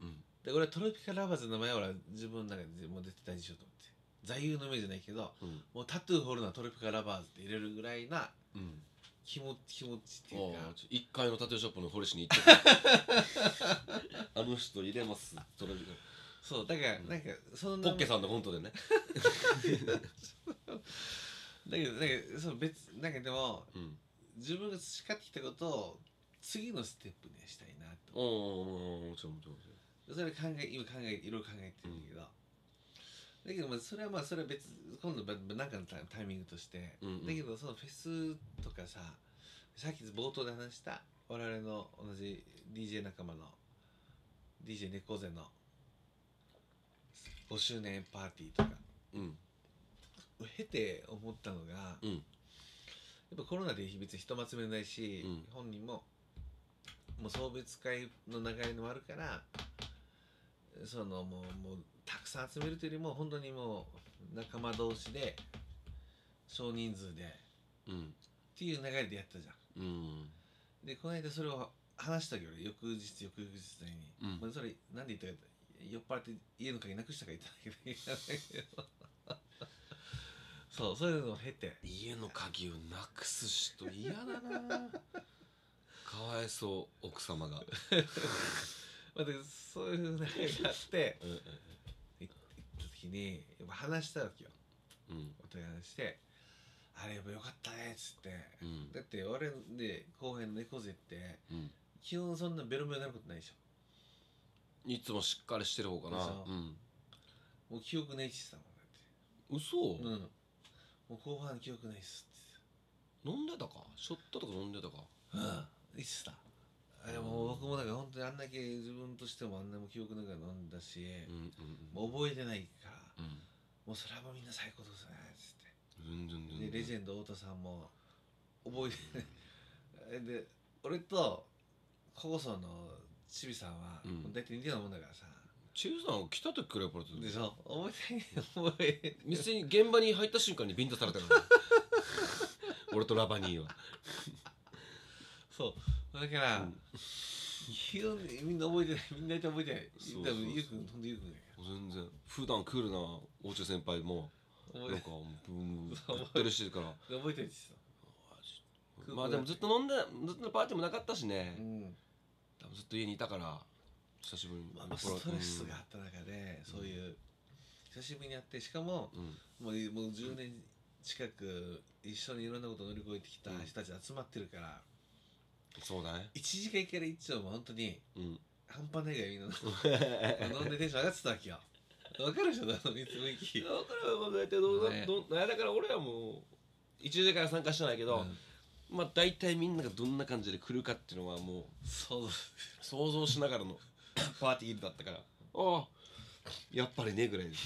うんうんで俺はトロピカルラバーズの名前は俺は自分の中でもう絶対大事にしようと思って座右の銘じゃないけどうんもうタトゥー掘るのはトロピカルラバーズって入れるぐらいなうん気持気持ちっていうかああ1階のタトゥーショップの堀市に行って たあの人入れますトロピカルそうだからなんかそんポなッケさんの本当でねだけどだけどその別なんかでもうん自分が培ってきたことを次のステップにしたいなとおおもちろんもちろんもちそれ考え今考えいろいろ考えてるんだけど、だけどまあそれはまあそれは別今度何かのタタイミングとして、うんうんだけどそのフェスとかささっき冒頭で話した我々の同じ DJ 仲間の DJ 猫背の5周年パーティーとかろんうん経て思ったのが、うんやっぱコロナで別に人集めないし、うん本人ももう送別会の流れもあるからそのもうもうたくさん集めるというよりも本当にもう仲間同士で少人数でっうんていう流れでやったじゃん。うんでこの間それを話したけど翌日翌々日に、うんまあそれなんで言ったか酔っ払って家の鍵なくしたから言っただけだけど そうそういうのを経て。家の鍵をなくす人嫌だなかわいそう奥様がまあ、でそういう流れがあってうん行った時にやっぱ話したわけようんお互い話して「あれやっぱよかったね」っつって、うんだって我々で後編の猫背ってうん基本そんなベロベロになることないでしょいつもしっかりしてる方かなそううんもう記憶ないっすだもんだっ嘘、てうんもう後半記憶ないっすって飲んでたかショットとか飲んでたかうんいつだあれもう僕もだから本当にあんだけ自分としてもあんなも記憶の中で飲んだし、うんうんうんもう覚えてないからうんもうそれはもうみんな最高ですねっつって全然全で然レジェンド太田さんも覚えてない で俺と高層のチビさんはうん大体似てたもんだからさ、チュウさん来た時からやっぱりでしょ覚えてない覚え店に現場に入った瞬間にビンタされ たからね俺とラバニーはそうだから、うん基本的にみんな覚えてないみんな大体覚えてないそうそう多そう分ゆうくんほんとゆうくんだ全然普段クールな大中先輩もけどな覚んえかもうブンブンぶってるしてるからて覚えてないですよ空港だってまあでもずっと飲んでずっとパーティーもなかったしねう、ん多分ずっと家にいたから久しぶりに、まあ、ストレスがあった中で、そういう久しぶりに会ってしかもうん、うんもうもう10年近く一緒にいろんなことを乗り越えてきた人たち集まってるから、そうだね一時会から一丁も本当にうん半端ないぐ らいみんな飲んでテンション上がってたわけよわかるでしょあの雰囲気だからまあ大体どうだ、ねどんいやだから俺はもう1時間参加してないけど、まあ大体みんながどんな感じで来るかっていうのはもうそう想像しながらのパーティーだったからああやっぱりねぐらいで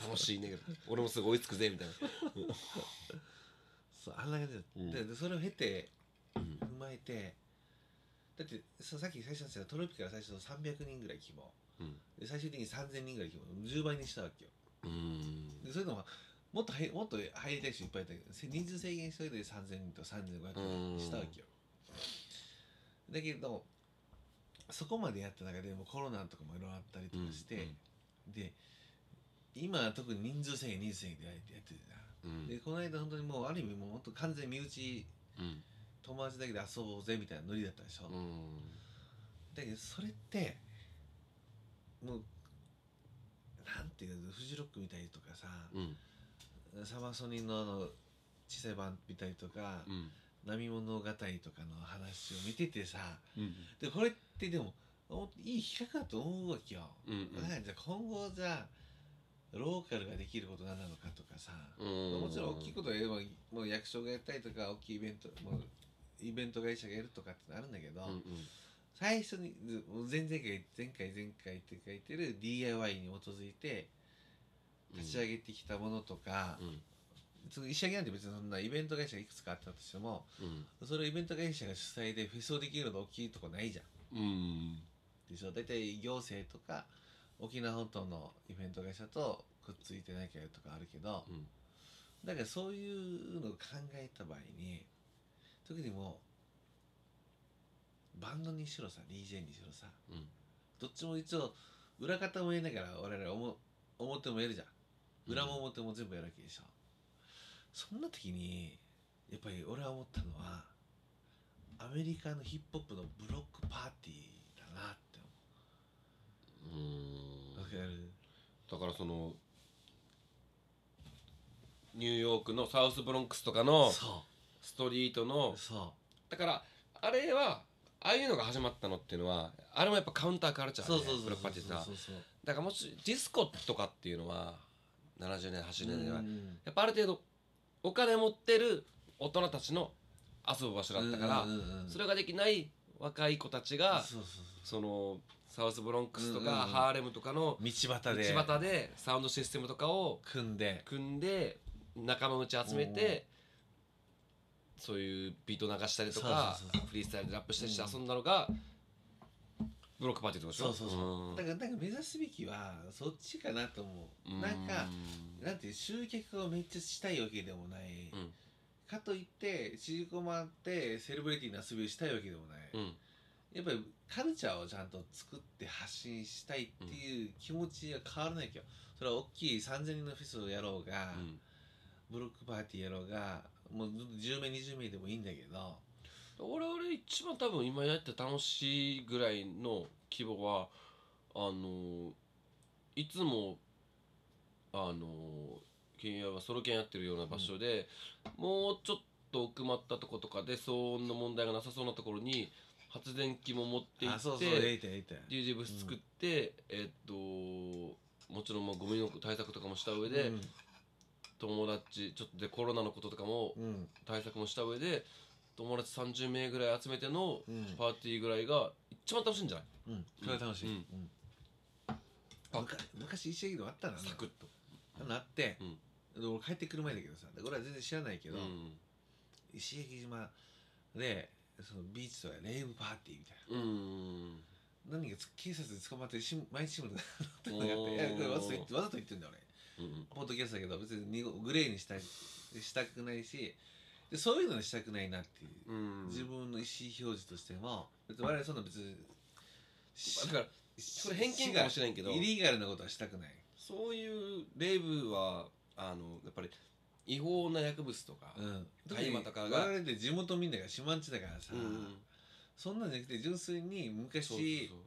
楽しいねぐらい俺もすぐ追いつくぜみたいなそうあんな感じだった、うんででそれを経てうん踏まえてだってささっき最初の話したトロピカル最初の300人ぐらい規模うんで最終的に3000人ぐらい規模10倍にしたわけようーんでそういうのはもっと入もっと入りたい人いっぱいいたけどせ人数制限しといて3000人と3500人したわけよだけどそこまでやった中でもうコロナとかもいろいろあったりとかして、で今は特に人数制限人数制限でやってやってるじゃ、うんんでこの間本当にもうある意味もう本当完全に身内うん友達だけで遊ぼうぜみたいなノリだったでしょ、うんだけどそれってもうなんていうのフジロックみたいとかさ、うんサマソニのあの小さい版見たりとか、うん波物語とかの話を見ててさうんでこれってでもおいい企画だと思うわけよ、うんだからじゃあ今後じゃあローカルができること何なのかとかさ、うんもちろん大きいことは言えばもう役所がやったりとか大きいイベントもうイベント会社がやるとかってのあるんだけど、うんうん最初にずもう前々回前回前回って書いてる DIY に基づいて立ち上げてきたものとか、うんその石上げなんて別にそんなイベント会社がいくつかあったとしてもうんそれをイベント会社が主催でフェスをできるのが大きいとこないじゃんうんでしょ大体行政とか沖縄本島のイベント会社とくっついてなきゃとかあるけどうんだからそういうのを考えた場合に特にもうバンドにしろさ DJ にしろさうんどっちも一応裏方もやりながら我々おも表もやるじゃん裏も表も全部やるわけでしょ、そんな時にやっぱり俺は思ったのはアメリカのヒップホップのブロックパーティーだなってうん思うわかるだからそのニューヨークのサウスブロンクスとかのそストリートのうそだからあれはああいうのが始まったのっていうのはあれもやっぱカウンターカルチうャーでそうそうそブうそうロックパーティーさそうそうだからもしディスコとかっていうのは70年80年代は、うんやっぱある程度お金持ってる大人たちの遊ぶ場所だったから、うんうんうんそれができない若い子たちがそうそうそそうのサウスブロンクスとか、うんうんうんハーレムとかの道端道で端でサウンドシステムとかを組んで組んで仲間内集めてそういうビート流したりとかそうそうそうそうフリースタイルでラップしたりして遊んだのがブロックパーティーってことそうでしょそうそううんだからなんか目指すべきはそっちかなと思ううんなんかなんていう集客をめっちゃしたいわけでもない、うんかといって縮こまってセレブリティな遊びをしたいわけでもない、うんやっぱりカルチャーをちゃんと作って発信したいっていう気持ちが変わらないけどそれは大きい3000人のフェスをやろうが、うんブロックパーティーやろうがもう10名20名でもいいんだけど俺俺一番多分今やって楽しいぐらいの規模はあのいつもあのケンヤはソロキャンやってるような場所で、もうちょっと奥まったとことかで騒音の問題がなさそうなところに発電機も持って行あそうっそうて A 点 A 点 DJ ブース作って、えっともちろんまあゴミの対策とかもした上で、友達ちょっとでコロナのこととかもうんうん対策もした上で友達30名ぐらい集めてのうんパーティーぐらいが一番楽しいんじゃないうんそれは楽しい、うんうんむか昔石垣でもあったなサクッと。あんなのあってうん、で俺帰ってくる前だけどさで俺は全然知らないけど、うん石垣島でそのビーチとかレイブパーティーみたいうんな何か警察で捕まってし毎日新聞でおなんかっていやこれわざと言っーてわざと言ってんだよ俺うんポッドキャストだけど別に濁グレーにしたいしたくないしでそういうのにしたくないなっていう、うん自分の意思表示としても別に我々そんな別にまあだからこれ偏見かもしれんけどイリーガルなことはしたくないそういうレイブはあのやっぱり違法な薬物とか、うん大麻とかが我々って地元みんなが島んちだからさ、うんそんなんじゃなくて純粋に昔そうそうそう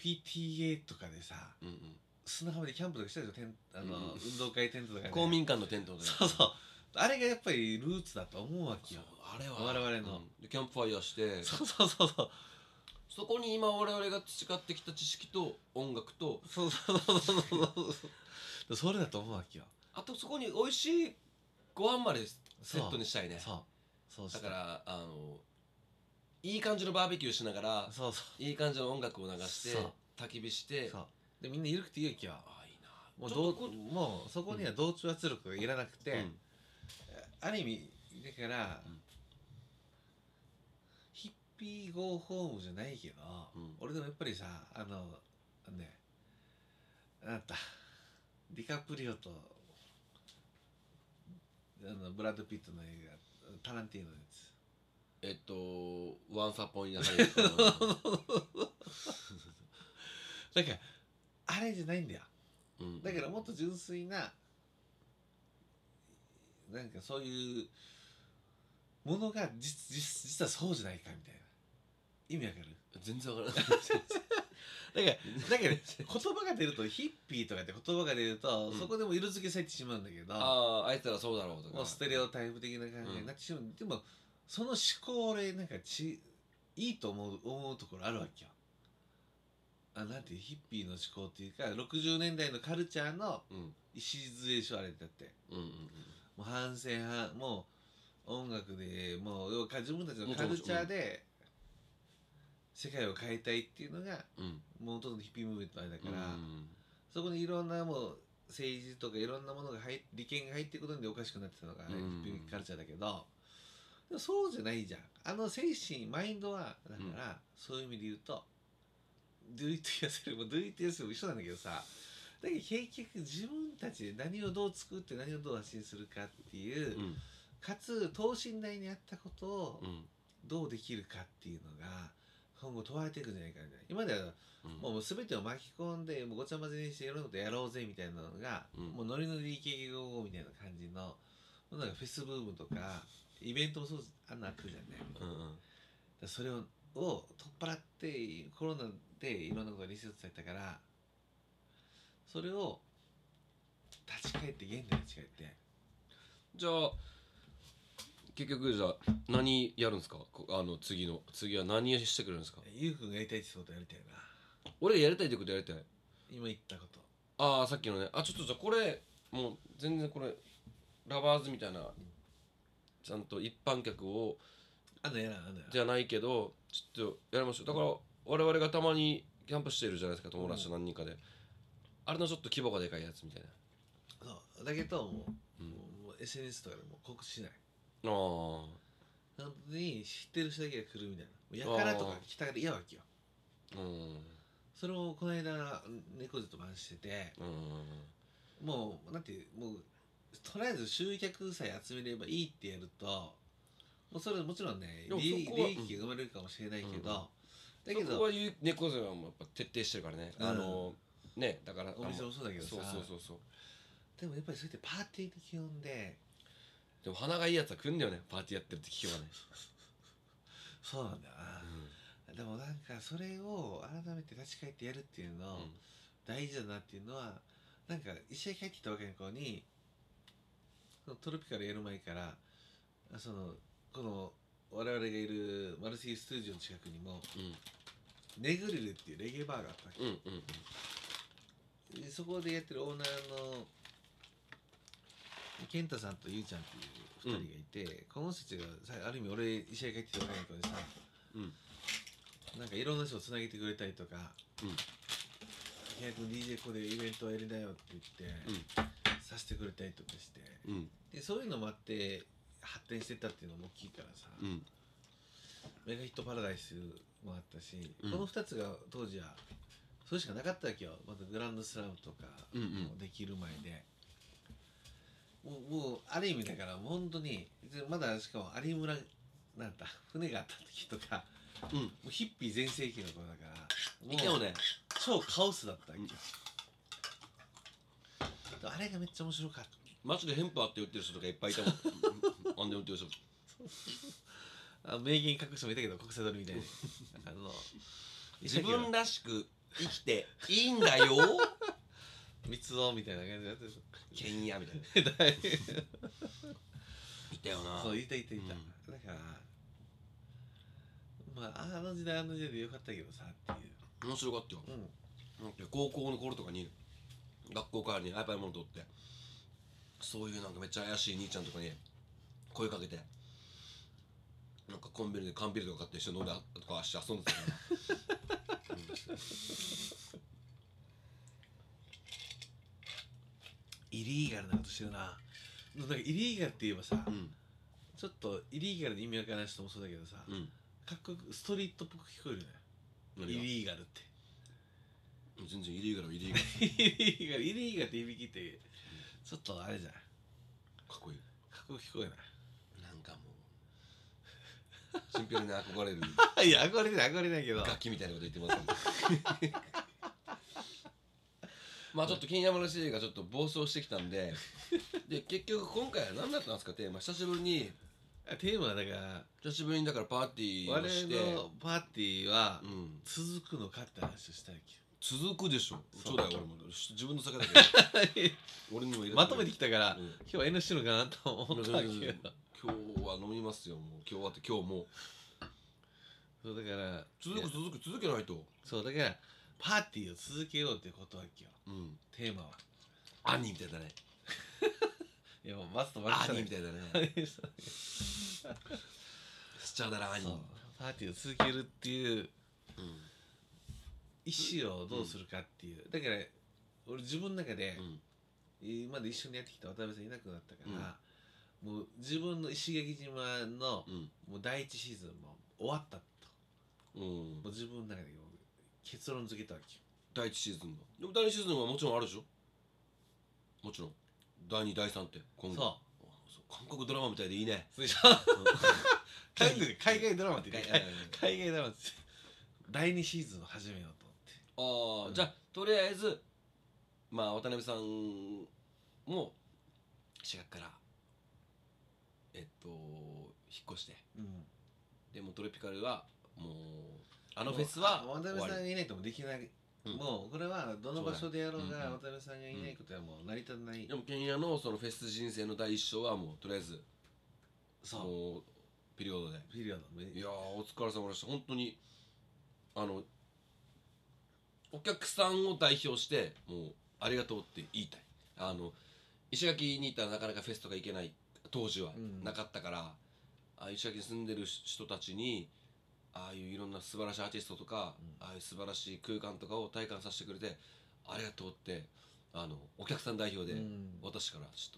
PTA とかでさうんうん砂浜でキャンプとかしたでしょテンあの、うん運動会テントとかで公民館のテントでそうそうあれがやっぱりルーツだと思うわそけうよあれは我々のうんでキャンプファイヤーしてそうそうそうそうそこに今我々が培ってきた知識と音楽とそうそうそうそうそうそうそれだと思うわけよあとそこに美味しいご飯までセットにしたいねそうそうだしたからあのいい感じのバーベキューしながらそうそいい感じの音楽を流してそう焚き火してうそうでみんな緩くていいわけよあいいなもうちょどっとこうもうそこには同調圧力がいらなくて、うんある意味だから、うんヒッピーゴーホームじゃないけど、うん俺でもやっぱりさあのあのねあなたディカプリオとあのブラッド・ピットの映画タランティーノのやつえっと、ワンサポインなされると思う。だからあれじゃないんだよ うんだからもっと純粋ななんかそういうものが実実実はそうじゃないかみたいな意味わかる全然わ からない。だから、だからね言葉が出るとヒッピーとかって言葉が出ると、うんそこでも色付けされてしまうんだけどああ、あいつらそうだろうとか。もうステレオタイプ的な感じになってしまう、でもその思考俺なんかちいいと思う思うところあるわけよあなんていうヒッピーの思考っていうか60年代のカルチャーのうん。礎でしょあれだってうんうんもう反省派もう音楽でもう要は自分たちのカルチャーで世界を変えたいっていうのがうん。うん。元のヒッピームーブメントのあれだうから、んそこにいろんなもう政治とかいろんなものが入っ利権が入ってくるんでおかしくなってたのが、ねうんヒッピーカルチャーだけどでもそうじゃないじゃんあの精神マインドはだから、うんそういう意味で言うと「do it yourself」も「do it yourself」も一緒なんだけどさだけど結局自分たちで何をどう作って何をどう発信するかっていう、うん。かつ等身大にやったことをうん。どうできるかっていうのが今後問われていくんじゃないかみたいな今まではうんもう全てを巻き込んでもうごちゃ混ぜにしていろんなことやろうぜみたいなのが、うんもうノリノリイケイケゴーゴーみたいな感じのもうなんかフェスブームとかイベントもそうあんなあったじゃんねだかうんうん。らそれをを取っ払ってコロナでいろんなことがリセットされたからそれを立ち返って現代に立ち返ってじゃあ、結局じゃあ、何やるんですかこあの、次の。次は何をしてくれるんですかゆうくんがやりたいってことやりたいな俺がやりたいってことやりたい。今言ったことああ、さっきのね。あ、ちょっとじゃあこれ、もう全然これ、ラバーズみたいな、ちゃんと一般客をあんのやらんあんのやらんじゃないけどちょっとやりましょうだから我々がたまにキャンプしてるじゃないですか友達と何人かで、あれのちょっと規模がでかいやつみたいなそうだけどもうう,、んもうもう SNS とかでもう告知しないあー本当に知ってる人だけが来るみたいなもうやからとか来たから嫌わけようんそれもこの間猫背と話しててうんもうなんていうもうとりあえず集客さえ集めればいいってやるともうそれもちろんねでも利そこは利益が生まれるかもしれないけど、うんだけそこどはゆ猫背はもうやっぱ徹底してるからね、うんあのねだからお店もそうだけどさそうそうそうそうでもやっぱりそうやってパーティー的呼んででも鼻がいいやつは来んだよねパーティーやってるって聞けばね、そうなんだよな、でもなんかそれを改めて立ち返ってやるっていうの、うん大事だなっていうのはなんか一緒に帰ってきた若い子にそのトロピカルやる前からそのこの我々がいるマルシーストゥージオの近くにもネグリルっていうレゲエバーがあったわけうんうんうんでそこでやってるオーナーの健太さんとゆうちゃんっていう2人がいて、この人たちがさある意味俺石垣帰ってきた若い子でさうんなんかいろんな人をつなげてくれたりとか「うん平君 DJ ここでイベントをやりなよ」って言って、うんさせてくれたりとかしてうんでそういうのもあって発展してったっていうのも大きいからさ、うんメガヒットパラダイスもあったし、うんこの2つが当時はそれしかなかったわけよまたグランドスラムとかうんうんもできる前で、もうもうある意味だから本当にでまだしかも有村なんだ船があった時とかうんもうヒッピー全盛期の頃だからもういやもね超カオスだったわけようん、あれがめっちゃ面白かった街でヘンパーって言ってる人とかいっぱいいたもんあんで売ってる人あの名言書く人もいたけど国際通りみたい にあの自分らしく生きていいんだよ三つ男みたいな感じでやってるケンヤみたいな誰いたよなそういたいたいた、うだからまああの時代あの時代でよかったけどさっていう面白かったようんなんか高校の頃とかに学校帰りに iPad モードってそういうなんかめっちゃ怪しい兄ちゃんとかに声かけてなんかコンビニで缶ビールとか買って一緒に飲んだとかして遊んでたからイリーガルなことしてるななんかイリーガルって言えば さ、んちょっとイリーガルで意味わからない人もそうだけどさ、うんかっこよくストリートっぽく聞こえるね何イがリーガルって 全然イリーガルイリーガルイリーガルイリーガルって響きってちょっとあれじゃんかかっこいいっこよく聞こえないなんかもうチンピラに憧れるあ いや憧れてない憧れてないけど楽器みたいなこと言ってますけど まあちょっと金山のシリーがちょっと暴走してきたんでで結局今回は何だったんですかテーマ久しぶりにテーマはだから久しぶりにだからパーティーを我して、々のパーティーはうん、続くのかって話をしたい続くでしょそそううだよ俺も自分の酒だけどけど 俺にも入れまとめてきたたから、うん今日は N しのかなと思ったけど、今日は飲みますよもう今日はって今日もうそうだから続いやく続く続けないと、そうだからパーティーを続けようってことわけようん、テーマは兄みたいだねいやもうマスとマル兄みたたいだねいなそうスチャダラ兄そうパーティーを続けるっていううん意思をどうするかっていう、だから俺自分の中で、うん今まで一緒にやってきた渡辺さんいなくなったから、もう自分の石垣島の、うんもう第一シーズンも終わったとうんもう自分の中でもう結論付けたわけよ第一シーズンのでも第二シーズンはもちろんあるでしょもちろん第二第三って今後そあそう韓国ドラマみたいでいいねうでしょうん海外海外ドラマって言って海外海外ドラマって第2シーズンを始めようとあ思ってあ、うんじゃあとりあえずまあ渡辺さんも4月からえっと引っ越してうんでもうトロピカルはもうあのフェスはもう渡終わ辺さりんがいないともうできない、うんもうこれはどの場所でやろうそうだがねうんうん渡辺さんがいないことはもう成り立たない、でもケンヤのそのフェス人生の第一章はもうとりあえずそうもうピリオドでフィリオのめいやーお疲れ様でした本当にあのお客さんを代表してもうありがとうって言いたいあの石垣にいたらなかなかフェスとか行けない当時はうんなかったから、あ石垣に住んでる人たちにああいういろんな素晴らしいアーティストとか、うんああいう素晴らしい空間とかを体感させてくれてありがとうってあのお客さん代表うでん私からち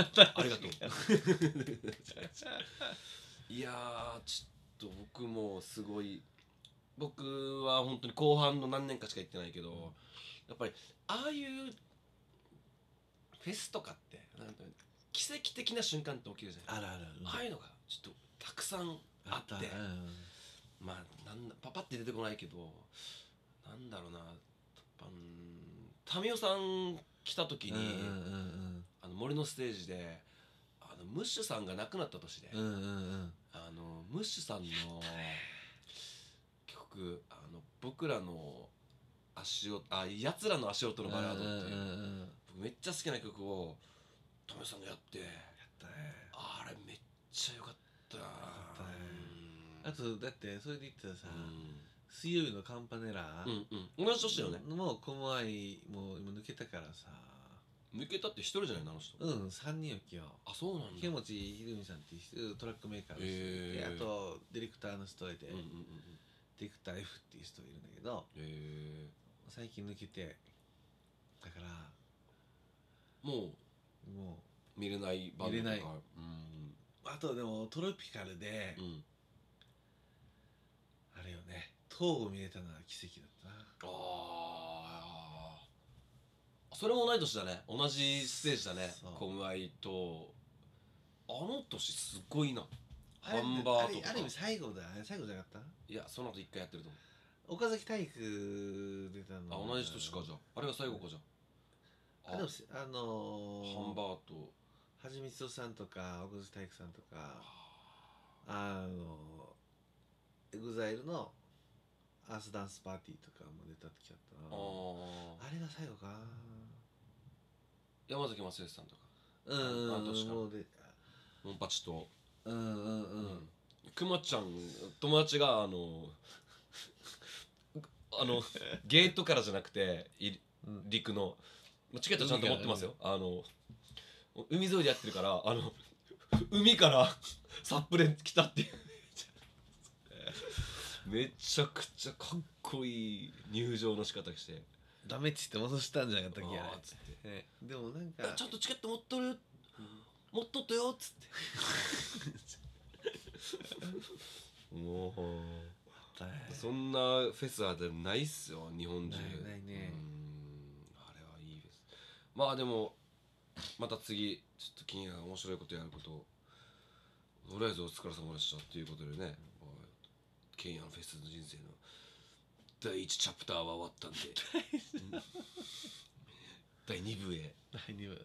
ょ っとありがとう いやーちょっと僕もすごい僕は本当に後半の何年かしか行ってないけど、やっぱりああいうフェスとかってなんか奇跡的な瞬間って起きるじゃない、あるあるん、ああいうのがちょっとたくさんあってうんまあなんだパパって出てこないけどなんだろうなやっぱうん民生さん来た時に、うんうんあの森のステージであのムッシュさんが亡くなった年で、うんうんうんうんあのムッシュさんの曲あの僕らの足音あ奴らの足音のバラードっていううんうんうん僕めっちゃ好きな曲をトメさんがやってだねあれめっちゃ良かったなかったねあとだってそれで言ったらさ、う水曜日のカンパネラん、うんうん、同じ年だよね、もう小愛もう今抜けたからさ抜けたって一人じゃないのあの人、うん3人よ今日あそうなんだ池持ひるみさんっていう人トラックメーカーの人で、へーあとディレクターの人がいて、うんうんうんうんディレクター F っていう人がいるんだけどへえ最近抜けてだからももう見れないバンド見れないうんうあとでもトロピカルで、うん、あれよね塔を見れたのは奇跡だったなああそれも同い年だね同じステージだねそうコムアイとあの年すごいなあれってハンバートとあれかある意味最後だね最後じゃなかったいやその後一回やってると思岡崎体育出たのうあ同じ年かじゃああれが最後かじゃああでもせあのー、ハンバートはじみつとさんとか岡崎体育さんとかあのエグザイルのアースダンスパーティーとかも出た時あったあなああれが最後か山崎正義さんとかうんうんあ確かにもうでモンパチとうんうんううんくまちゃん友達があの あのゲートからじゃなくていうん陸のチケットちゃんと持ってますよあの海沿いでやってるからあの海からサップで来たっていうめちゃくちゃかっこいい入場の仕方してダメっつって戻したんじゃなかったっけああれーっつってねでもなんかえちゃんとチケット持っとる持っとったよっつってもうだねそんなフェスはでもないっすよ日本中ないないねうんあれはいいフェスまあでもまた次ちょっと気になる面白いことやることをとりあえずお疲れ様でしたっていうことでね、はいケンヤのフェスの人生の第1チャプターは終わったんでうん第2部へ、第二部うん、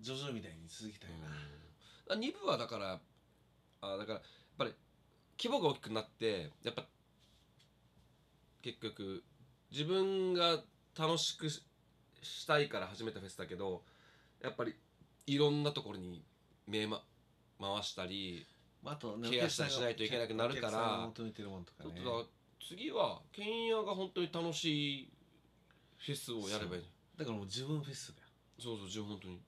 ジョジョみたいに続きたいなうん、2部はだからあだからやっぱり規模が大きくなってやっぱ結局自分が楽しくししたいから始めたフェスだけどやっぱりいろんなところに目、ま、回したり、あとねケアしたりお客さんがしないといけなくなるからお客さんが求めてるもんとかちょっねとだから次はケンヤが本当に楽しいフェスをやればいいだからもう自分フェスだよそうそう自分本当に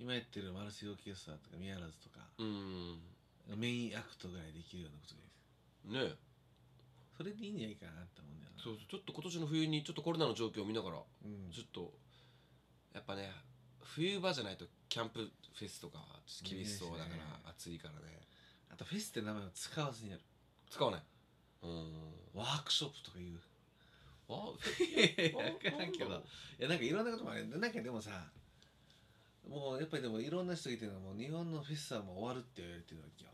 今やってるマルシーオーケストラとかミアラーズとかうんメインアクトぐらいできるようなことがいいねえそれでいいんじゃないかなって思うんだよなそうそうちょっと今年の冬にちょっとコロナの状況を見ながらうんちょっとやっぱね冬場じゃないとキャンプフェスとかはちょっと厳しそうだから、厳しいね暑いからねあとフェスって名前を使わずにやる使わないうんワークショップと か言うあいや分からんけどなんだろういやなんかいろんなこともあるなんかでもさもうやっぱりでもいろんな人がいてるのはもう日本のフェスはもう終わるって言われてるわけよ、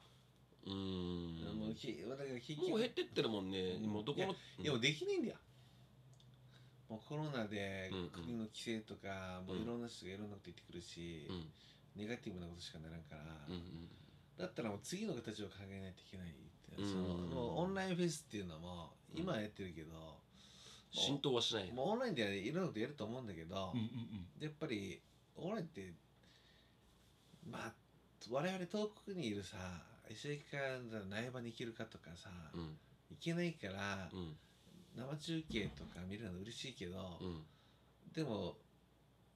うんももうきだから結う減ってってるもんね、うんもうどこのでもできないんだよもうコロナでうんうん国の規制とか、もういろんな人がいろんなこと言ってくるし、うんネガティブなことしかならんから、うんだったらもう次の形を考えないといけないって、うんそのもうオンラインフェスっていうのも今はやってるけど、浸透はしないもうオンラインでいろんなことやると思うんだけど、うんうんやっぱりオンラインってまあ我々遠くにいるさ石垣から苗場に行けるかとかさ、う行んけないから、うん生中継とか見るの嬉しいけど、うんでも、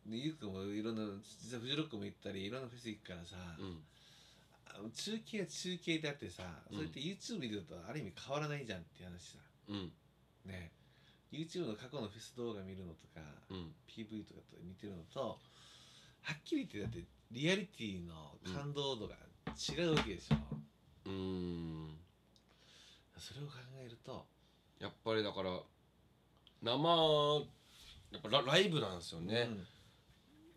ね、ゆうくんもいろんな実はフジロックも行ったりいろんなフェス行くからさ、うんあ中継は中継であってさ、うんそれって YouTube 見るとある意味変わらないじゃんって話さうんね YouTube の過去のフェス動画見るのとか、うん PV とかと見てるのとはっきり言ってだってリアリティの感動度が違うわけでしょ、うんそれを考えるとやっぱりだから生やっぱラライブなんですよね、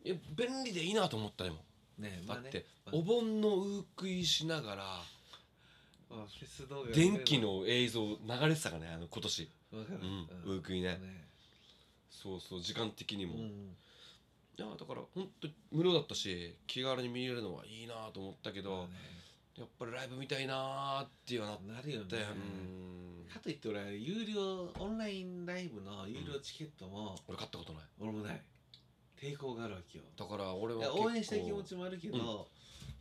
いや便利でいいなと思ったようんねだって、まあお盆のうーくいしながらまあフェス動画見る電気の映像流れてたからねあの今年、わかる、うんうーくいねねそうそう時間的にうも、いんやだから本当無料だったし気軽に見れるのはいいなと思ったけど、まあねやっぱりライブ見たいなーっていうのはなっなるよねたよ、うんかといって俺は有料オンラインライブの有料チケットも俺買ったことない俺もない定向があるわけよだから俺いはや結構応援したい気持ちもあるけど、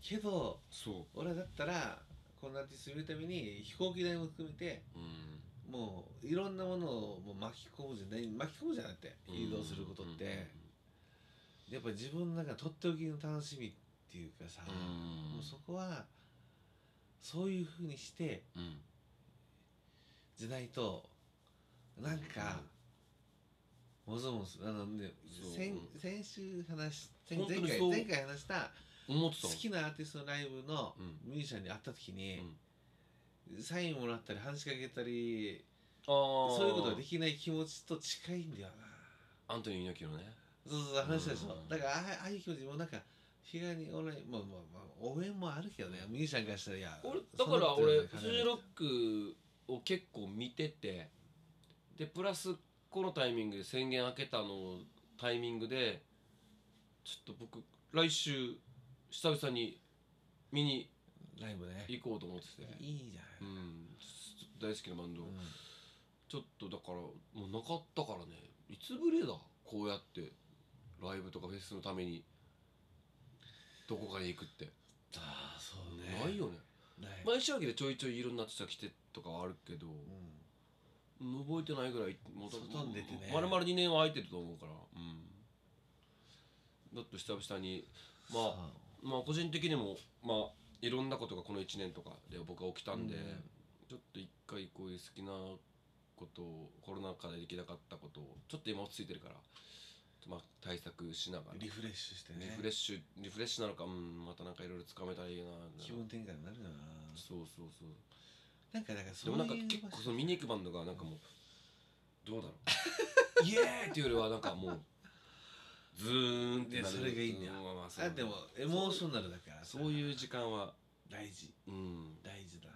けどそ俺はだったらこんなアーティスト見るために飛行機代も含めてううんもういろんなものをもう巻き込むじゃない巻き込むじゃなくて移動することって、やっぱ自分の中とっておきの楽しみっていうかさ、うんもうそこはそういうふうにしてうんうんじゃないとなんか、もぞもぞあのねそう先う先週話し前本当に前回そう前回話した思ってた好もんきなアーティストのライブのうんミュージシャンに会った時に、サインもらったり話しかけたりあーそういうことができない気持ちと近いんだよなアントニー猪木のねそうそうそう話したでしうんょだからああああいう気持ちもなんか日がに俺まあまあまあ応援もあるけどねミュージシャンからしたらいや俺だそんかならことじゃ俺ないフジロックを結構見ててでプラスこのタイミングで宣言開けたのタイミングでちょっと僕来週久々に見にライブね行こうと思ってて、いいじゃ、うんん、ちょっと大好きなバンド、うんちょっとだからもうなかったからねいつぶりだこうやってライブとかフェスのためにどこかに行くって、ああそうねないよねない、毎週秋でちょいちょいいろんな人来てとかはあるけど、うん覚えてないぐらいも外に出てねまるまる2年は空いてると思うからうんだって久々にまああまあ個人的にもまあいろんなことがこの1年とかで僕は起きたんで、うんちょっと一回こういう好きなことをコロナ禍でできなかったことをちょっと今落ち着いてるからまあ対策しながらリフレッシュしてねリフレッシュリフレッシュなのかうんまたなんかいろいろつかめたらいいな気分転換になるよなそうそうそうなんかだからそでういもうなんか結構その見に行くバンドがなんかもうどうだろ うイエーイっていうよりはなんかもうズーンってなるいやそれがいいんだようんまあまあそうあでもエモーショナルだからさそういう時間は大事うん大事だ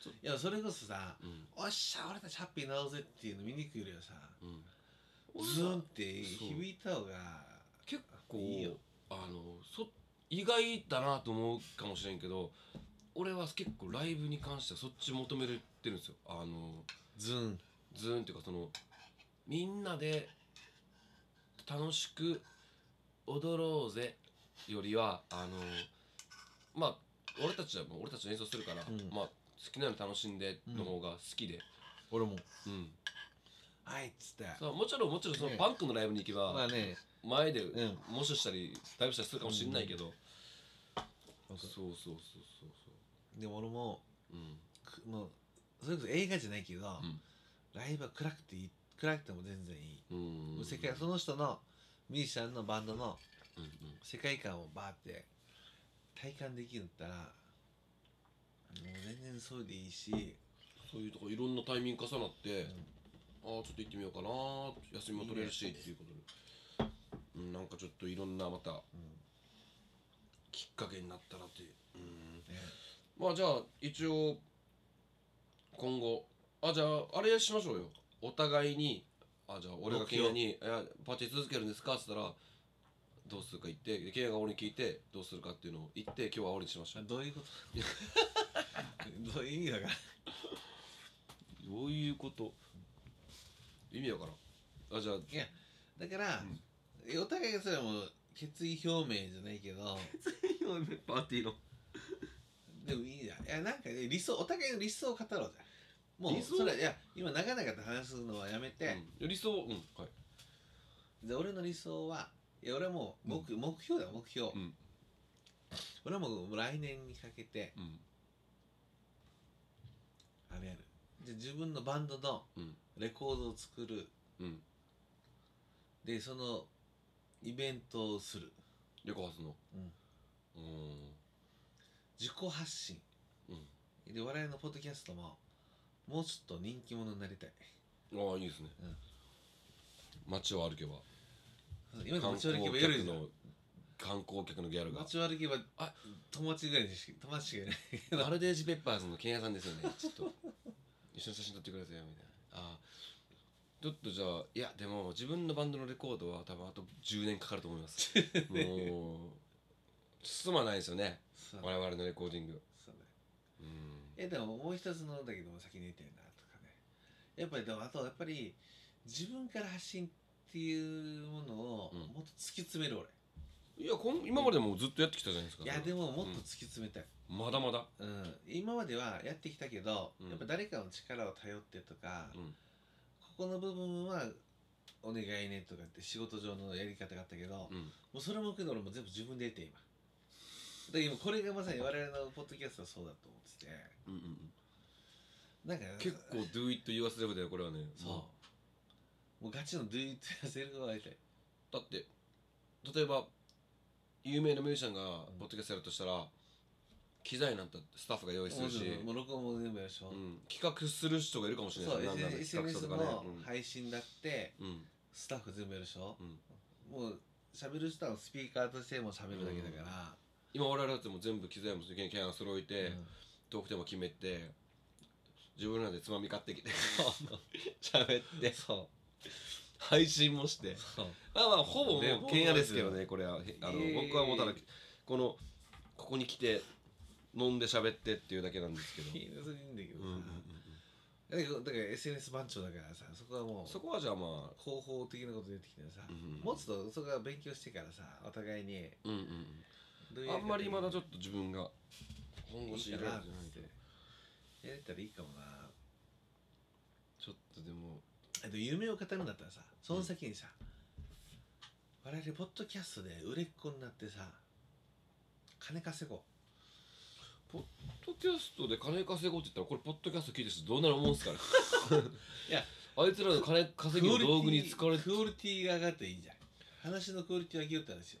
ちょいやそれこそさうん「おっしゃ俺たちハッピーなおうぜ」っていうの見に行くよりはさうんズーンってそう響いた方が結構いいよあのそ意外だなと思うかもしれんけど俺は結構ライブに関してはそっち求めてるんですよあのズーンズーンっていうかそのみんなで楽しく踊ろうぜよりはあのまあ俺たちはもう俺たちの演奏するから、うんまあ好きなの楽しんでの方が好きで、俺もうん「はい」っつってそうもちろんもちろんそのねパンクのライブに行けまあばね前でうん模試したりライブしたりするかもしれないけど、わかそうるそうそうそうでも俺もそううんくもうそれこそ映画じゃないけど、んライブは暗くていい暗くても全然いい、うんもう世界その人のミュージシャンのバンドのうんうん世界観をバーって体感できるんだったらもう全然そうでいいしそういうとこいろんなタイミング重なって、ああちょっと行ってみようかな休みも取れるしいいねっていうことで、うん、なんかちょっといろんなまた、きっかけになったらっていう、うん、まあじゃあ一応今後あじゃああれしましょうよお互いにあじゃあ俺が目ケ標ンヤに「いやパーティー続けるんですか?」っつったらどうするか言ってでケンヤが俺に聞いてどうするかっていうのを言って今日は俺にしましあたどういうことどういう意味だからどういうこと意味わからんあじゃあいやだから、お互いがそれはもう決意表明じゃないけどパーティーのでもいいじゃんいやなんかね理想お互いの理想を語ろうじゃんも理う想それいや今長々と話すのはやめて、うん、理想うんはいで俺の理想はいや俺はもう目,、目標だよ目標、うん俺はもう来年にかけてうんあれやるじゃあ自分のバンドのうんレコードを作るうんでそのイベントをするレコ発のうんうーん自己発信うんで我々のポッドキャストももうちょっと人気者になりたいああいいですね、うん街を歩けば今でも街を歩けば夜じゃん観光客のギャルが街を歩けばあ友達ぐらいにし友達しかいないアルデージペッパーズのケンヤさんです よねちょっと一緒に写真撮ってくださいよみたいなあーちょっとじゃあいやでも自分のバンドのレコードは多分あと10年かかると思いますもう進まないですよね そう我々のレコーディングそうねうんえでももう一つのだけども先に言いたいなとかねやっぱりでもあとやっぱり自分から発信っていうものをうんもっと突き詰める俺いやこん今までもずっとやってきたじゃないですかいやでももっとうん突き詰めたい、まだまだうん今まではやってきたけど、うんやっぱ誰かの力を頼ってとか、うんここの部分はお願いねとかって仕事上のやり方があったけど、もうんうそれも含んで俺も全部自分で得て今だから今これがまさに我々のポッドキャストはそうだと思っててうんうんうんなんか結構 Do it you yourself だよこれはねそうもうガチの Do it yourself をやりたいだって例えば有名なミュージシャンがポッドキャストやるとしたら機材なんてスタッフが用意すもるうし、もう録音も全部やるでしょ、うん、企画する人がいるかもしれないそうですねなんなら SNS 企画者のとかね配信だってうんスタッフ全部やるでしょうんうんもう喋る人はスピーカーとしても喋るだけだか今我々だってもう全部機材もキャン揃えら、て、うんトークテーマ決めて自分らでつまみ買ってき て喋ってそ配信もしてうそうまあまあほぼもねう剣屋ですけどねこれはへあの、えー僕はもうただこのここに来て飲んで喋ってっていうだけなんです けど、いいですいいんだけどうんさ、うんうんだけどだから SNS 番長だからさそこはうもんうそこはじゃあまあ広報的なこと出てきてさ、うんうんもうちょっとそこは勉強してからさお互いにうんうんどうういんうあんまりまだちょっっと自分が本と腰い入れいかられなってないんでやれたらいいかもなちょっとでもあと夢を語るんだったらさその先にさ、我々ポッドキャストで売れっ子になってさ金稼ごポッドキャストで金稼ごうって言ったらこれポッドキャスト聞いてる人どうなる思うんすかね いやあいつらの金う稼ぎの道具に使われてクオリティが上がっていいじゃん話のクオリティを上げようって話よ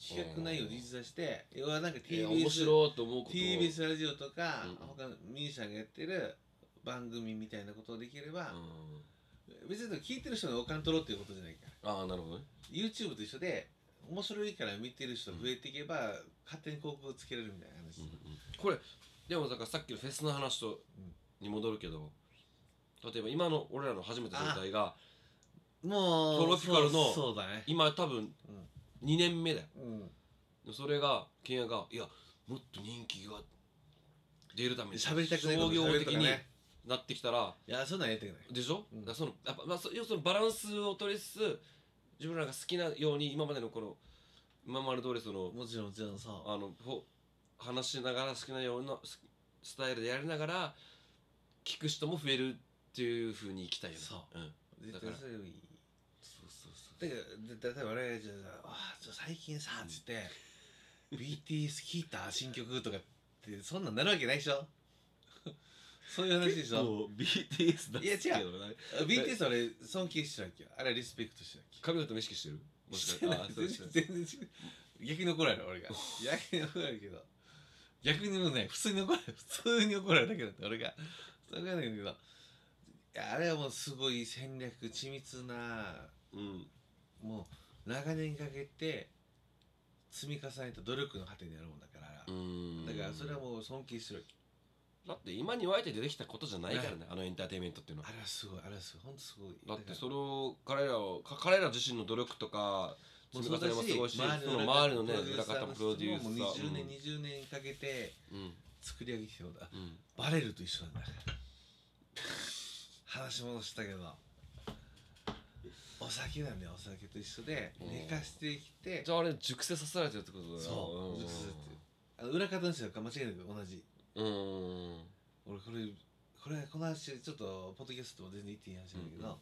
企画内容を実在して要はなんかい TBS や面白いと思うこと TBS ラジオとか、うん他のミュージシャンがやってる番組みたいなことをできればうん、別に聞いてる人のお金取ろうっていうことじゃないからああなるほどね YouTube と一緒で面白いから見てる人増えていけば、勝手に広告つけれるみたいな話、これでもだからさっきのフェスの話とうんに戻るけど例えば今の俺らの初めての状態がもうトロピカルのそうそうだね今多分うん2年目だようんでもそれがケンヤがいやもっと人気が出るために喋りたくないこ商と業喋る的とかにねなってきたらいやそんなんやってくないでしょ、うんだからそのやっぱ、まあ、そ要するにバランスを取りつつ自分らが好きなように今までのこの今まで通りそのもちろんもちろんさあのほ話しながら好きなようなススタイルでやりながら聞く人も増えるっていうふうにいきたいよねそうん、絶だ対からそれよりいいそうそうそだからだ例えば我々じゃああちょ最近さ」っつって「BTS 聞いた新曲」とかってそんなんなるわけないでしょ そういう話でしょう BTS だっいや違うすけどね BTS 俺尊敬してるわけよあれはリスペクトしてるわけよ髪型も意識してるもしかししててないあそう全ですね然全然違う逆に怒られる俺が逆に怒られるけど逆にもうね普通に怒られる普通に怒られるだけだって俺がそれがないんだけどいやあれはもうすごい戦略緻密なうんもう長年かけて積み重ねた努力の果てにあるもんだから、うんだからそれはもう尊敬するだって今に湧いて出てきたことじゃないからねあのエンターテインメントっていうのはあれはすごいあれはすごい本当すごいだってそれれを彼らをか彼ら自身の努力とか積み重ねもすごいしその周りのね裏方プロデューサーもう20年、うん20年かけてうん作り上げてきたことだうんバレると一緒 なんだから話し戻したけどお酒なんだよお酒と一緒でうん寝かしてきてじゃああれ熟成させられてるってことだよそう熟成されてるあの裏方の人が間違いなく同じうんうん俺これこれこの話ちょっとポッドキャストも全然言っていい話なんだけど、うんうん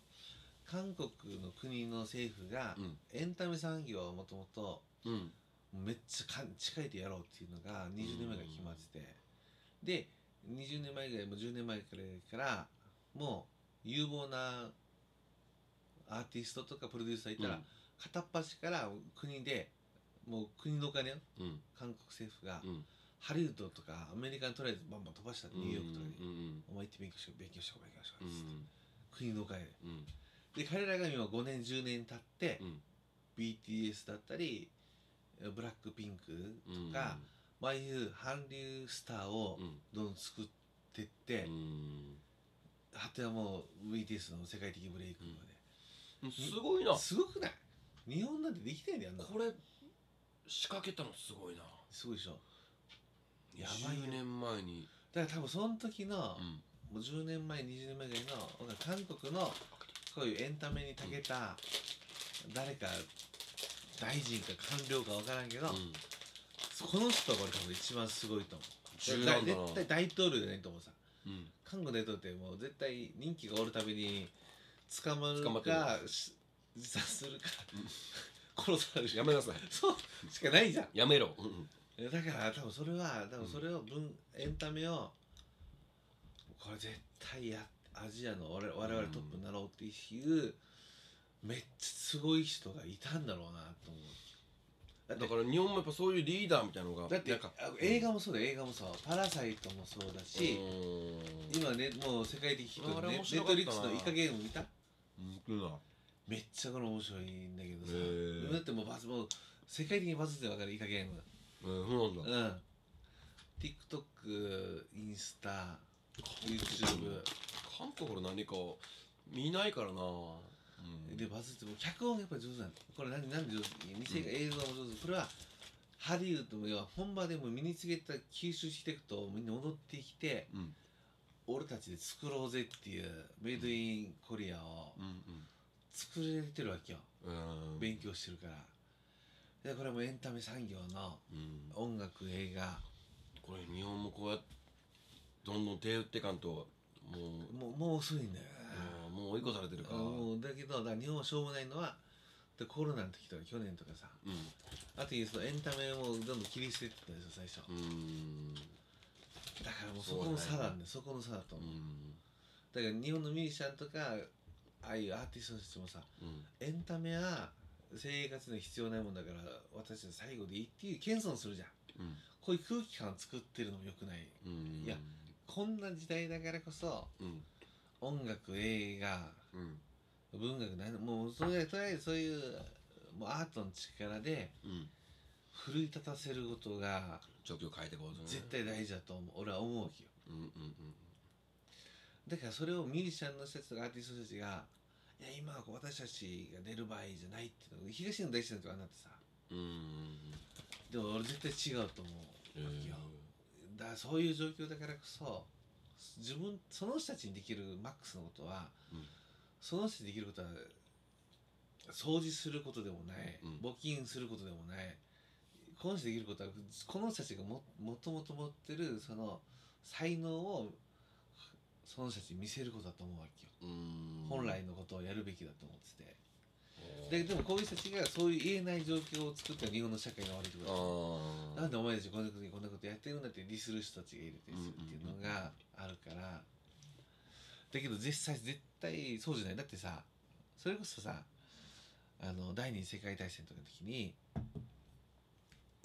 韓国の国の政府がうんエンタメ産業をもともとうんめっちゃかん近いでやろうっていうのが20年前から決まってて、で20年前ぐらいもう10年前くらいからもう有望なアーティストとかプロデューサーいたら、片っ端から国でもう国のお金をうん韓国政府がうんハリウッドとかアメリカにとりあえずバンバン飛ばしたニューヨークとかに。うんうんお前行って勉強しよう勉強しよう勉強しようう、つってん国のお金でうんで彼らが今5年10年経って、うん BTS だったりブラックピンクとか、まあああいう韓流スターをうんどんどん作ってって、う果てはもう BTS の世界的ブレイクまで、んすごいなすごくない日本なんてできないんだよあんなのこれ仕掛けたのすごいなすごいでしょやばいよ10年前にだから多分その時の、うんもう10年前20年前ぐらいのなんか韓国のこういうエンタメに長けた誰か大臣か官僚か分からんけど、うんこの人が俺多分一番すごいと思う柔軟だな絶対大統領じゃないと思うさうん韓国の大統領ってもう絶対任期がおるたびに捕まる捕まってかし自殺するか殺されるしやめなさいそうしかないじゃんやめろうんうんえだから多分それは多分それを文、エンタメをこれ絶対やアジアの我々我々トップになろうっていう、めっちゃすごい人がいたんだろうなと思うだってだから日本もやっぱそういうリーダーみたいなのがだってなんかあ映画もそうだよ映画もそう「パラサイト」もそうだし、う今ねもう世界的ヒットあれでネネ面白ッかったなトリックスの「イカゲーム」見たんうんめっちゃこれ面白いんだけどさ、へーだってもうバズもう世界的にバズってわかる「イカゲーム」うんそうなんだうん TikTok インスタ YouTube 韓国の何か見ないからなうんでバズっても脚本がやっぱり上手なのこれ何何で上手店が映像も上手これはハリウッドも要は本場でも身につけた吸収していくとみんな踊ってきてうん俺たちで作ろうぜっていうメイドインコリアをうん作れてるわけようんうん勉強してるからでこれはもうエンタメ産業のうん音楽映画これ日本もこうやってどんどん手打ってかんともうもうもう遅いんだよなもうもう追い越されてるからうんもうだけどだから日本はしょうもないのはでコロナの時とか去年とかさあというそのエンタメもどんどん切り捨ててたんですよ最初うんだからもうそこの差なんでそこの差だとう思う、んだから日本のミュージシャンとかああいうアーティストの人たちもさうんエンタメは生活に必要ないもんだから私は最後でいいっていう謙遜するじゃんうんこういう空気感を作ってるのも良くないうんいやこんな時代だからこそうん音楽映画うん文学何でももうそれとりあえずそういうもうアートの力でうん奮い立たせることが状況変えていこうとね絶対大事だと思う、俺は思うわけようんうんだからそれをミュージシャンの人たちとかアーティストの人たちがいや今はこう私たちが出る場合じゃないっていうのが東野大地さんとかになってさうんうんでも俺絶対違うと思うんうわけよ、だからそういう状況だからこそ自分その人たちにできるマックスのことは、うんその人たちにできることは掃除することでもない、うん募金することでもないこの人にできることはこの人たちがももともと持ってるその才能をその人たちに見せることだと思うわけよ、うん本来のことをやるべきだと思っててでででもこういう人たちがそういう言えない状況を作った日本の社会が悪いってことだと思うああなんでお前たちこんなことこんなことやってるんだってディスる人たちがいるっていうのがあるからだけど実際絶対そうじゃないだってさそれこそさあの第二次世界大戦とかの時に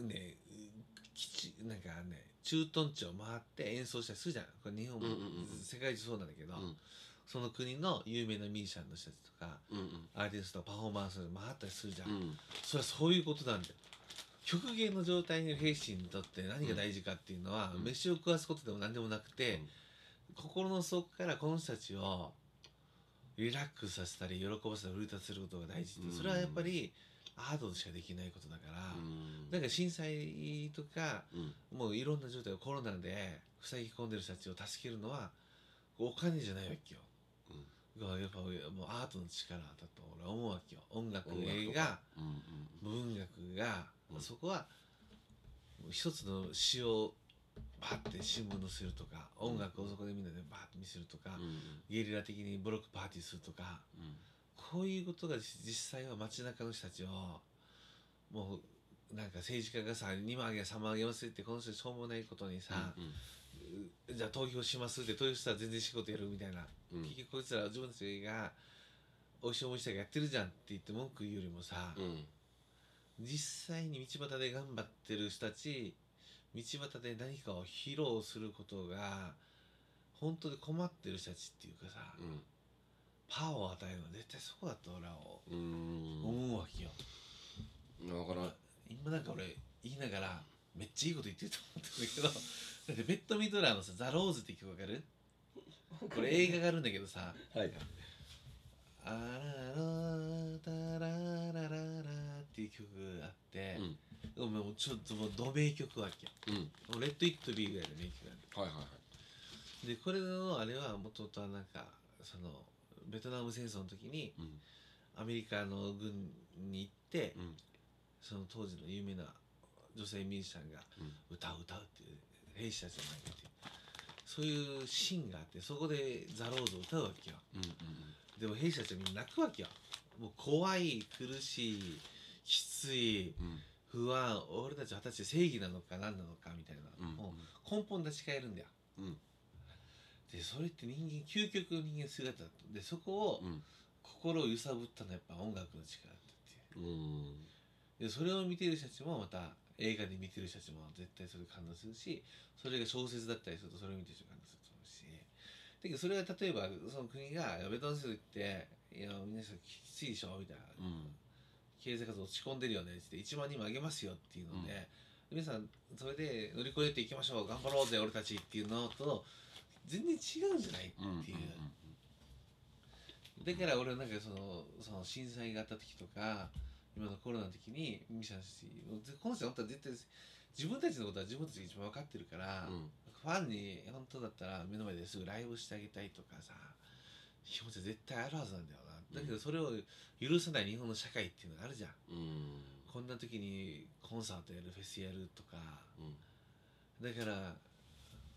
ね基地なんかね駐屯地を回って演奏したりするじゃんこれ日本もうんうんうん世界中そうなんだけど、うんその国の有名なミュージシャンの人たちとかうんうんアーティストのパフォーマンスで回ったりするじゃんう、んそれはそういうことなんだよ極限の状態にいる兵士にとって何が大事かっていうのは、うん飯を食わすことでも何でもなくて、心の底からこの人たちをリラックスさせたり喜ばせたり奮い立たせることが大事って、うんそれはやっぱりアートでしかできないことだから、うんだから震災とかうんもういろんな状態をコロナで塞ぎ込んでる人たちを助けるのはお金じゃないわけよ。がやっぱもうアートの力だと俺は思うわけよ。音楽音楽とか映画うん文学が、うんそこは一つの詩をバッて新聞載せるとか音楽をそこでみんなでバッて見せるとか、うんうんゲリラ的にブロックパーティーするとかうんこういうことが実実際は街中の人たちをもうなんか政治家がさ2万あげ3万あげますってこの人しょうもないことにさ、じゃあ投票しますって投票したら全然仕事やるみたいな、うん結局こいつら自分たちがおいしい思いしたからやってるじゃんって言って文句言うよりもさ、うん実際に道端で頑張ってる人たち道端で何かを披露することが本当に困ってる人たちっていうかさ、うんパワーを与えるのは絶対そこだと俺はうん思うわけよ、だから今なんか俺言いながらめっちゃいいこと言ってると思ってるんだけどだってベッドミドラーのさ「ザ・ローズ」って曲わかるこれ映画があるんだけどさはい「あららたらららら」っていう曲があって、もうちょっともうド名曲わけようんもうレッド・イット・ビーぐらいの名曲なんではいはいはいでこれのあれはもともとはなんかそのベトナム戦争の時にうんアメリカの軍に行ってうんその当時の有名な女性ミュージシャンがうん歌う歌うっていう兵士たちじゃないっていうそういうシーンがあってそこでザ・ローズを歌うわけようんうんでも兵士たちはみんな泣くわけよもう怖い苦しいきついうん不安俺たちは果たして正義なのか何なのかみたいな、うんもう根本立ち返るんだようんでそれって人間究極の人間姿だとでそこをうん心を揺さぶったのはやっぱ音楽の力だったってうんいうでそれを見てる人たちもまた映画で見てる人たちも絶対それ感動するしそれが小説だったりするとそれを見てる人感動すると思うしだけどそれは例えばその国が「いやベトナム戦争行っていや皆さんきついでしょ」みたいうな、ん経済活動落ち込んでるよね」って1万人もあげますよっていうので、皆さんそれで乗り越えていきましょう頑張ろうぜ俺たちっていうのと全然違うんじゃないうんっていう。だから俺はなんかそのその震災があった時とか今のコロナの時にミシャンシこの人本当は絶対自分たちのことは自分たちが一番分かってるから、うんファンに本当だったら目の前ですぐライブしてあげたいとかさ気持ちは絶対あるはずなんだよなだけどそれを許さない日本の社会っていうのがあるじゃうんんこんな時にコンサートやるフェスやるとかうんだから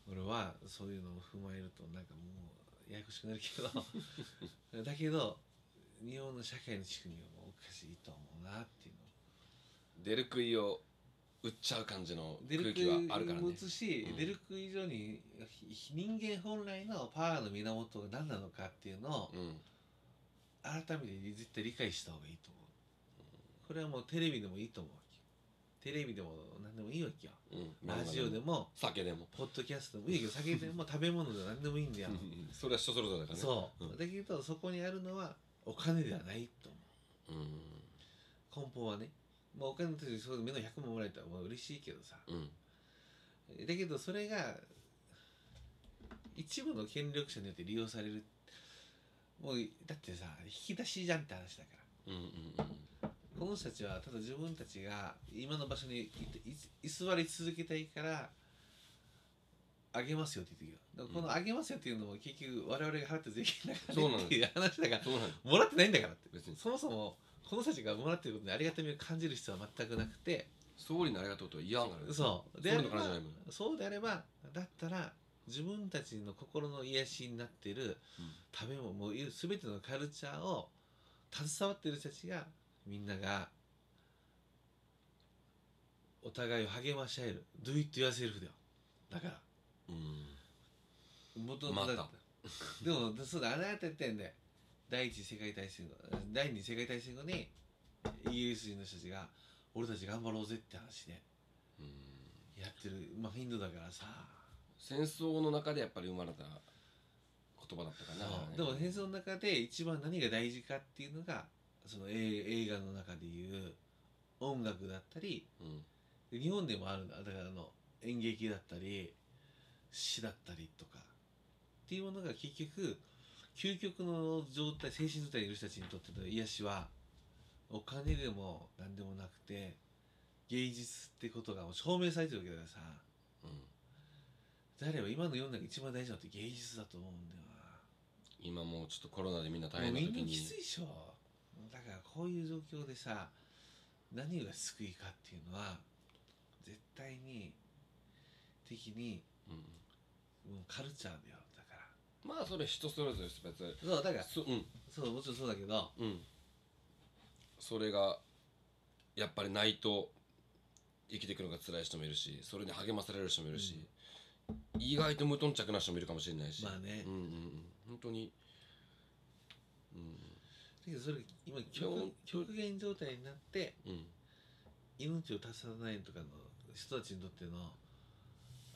俺はそういうのを踏まえるとなんかもうややこしくなる けどだけど日本の社会の仕組みはもうおかしいと思うなっていう出る杭を打っちゃう感じのの空気はあるからもね打つし、うん出る杭以上にひ人間本来のパワーの源が何なのかっていうのをうん改めて絶対理解した方がいいと思うこれはもうテレビでもいいと思うわけよテレビでも何でもいいわけようんラジオでも酒でもポッドキャストでもいいけど酒でも食べ物でも何でもいいんだよそれは人それぞれだからねそう、うんだけどそこにあるのはお金ではないとうん思う根本はね、まあ、お金としてそう目の100万もらえたらもう嬉しいけどさうんだけどそれが一部の権力者によって利用されるもうだってさ引き出しじゃんって話だからうんうんこの人たちはただ自分たちが今の場所にいい居座り続けたいからあげますよって言ってくるよだからこのあげますよっていうのも結局我々が払った税金だからそうなねのっていう話だからそうなんだもらってないんだからって別にそもそもこの人たちがもらってることにありがたみを感じる必要は全くなくて総理のありがとうとは言わんからねそうで総あ理れのば話じゃないもんそうであればだったら自分たちの心の癒しになっているうん食べ物もう全てのカルチャーを携わっている人たちがみんながお互いを励まし合える「Do it yourself」だよだからうん元まただってでもそうだあなた言ってんで第一次世界大戦後第二次世界大戦後にイギリス人の人たちが俺たち頑張ろうぜって話でうんやってるまあインドだからさ戦争の中でやっぱり生まれた言葉だったかなでも戦争の中で一番何が大事かっていうのがそのえー映画の中でいう音楽だったりうんで日本でもあるんだだからあの演劇だったり詩だったりとかっていうものが結局究極の状態精神状態にいる人たちにとっての癒しはお金でも何でもなくて芸術ってことがもう証明されてるわけだからさうんであれば今の世の中一番大事なのって芸術だと思うんだよな。今もうちょっとコロナでみんな大も変うなみ時んなにきついでしょだからこういう状況でさ何が救いかっていうのは絶対に的にうんもうカルチャーだよだかまあそれ人それぞれです別にらそうだからそうんそうもちろんそうだけどうんそれがやっぱりないと生きていくのが辛い人もいるしそれに励まされる人もいるし、意外と無頓着な人もいるかもしれないしまあねうんうんうん本当にだけどそれ今う極ん極限状態になってうん命を絶さないとかの人たちにとっての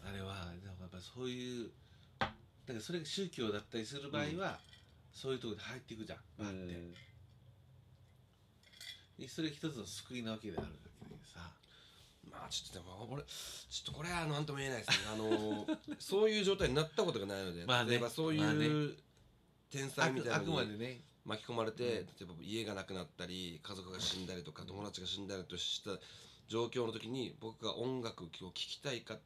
あれはでもやっぱそういうだからそれが宗教だったりする場合は、そういうところで入っていくじゃんバーって。でそれが一つの救いなわけであるわけでさまあちょっとでも俺ちょっとこれは何とも言えないですねあの そういう状態になったことがないので、まあね例えばそうまあいうね天あ才みたいくあなのくまにでね巻き込まれて、例えば家がなくなったり家族が死んだりとか友達が死んだりとした状況の時に僕が音楽を聴きたいか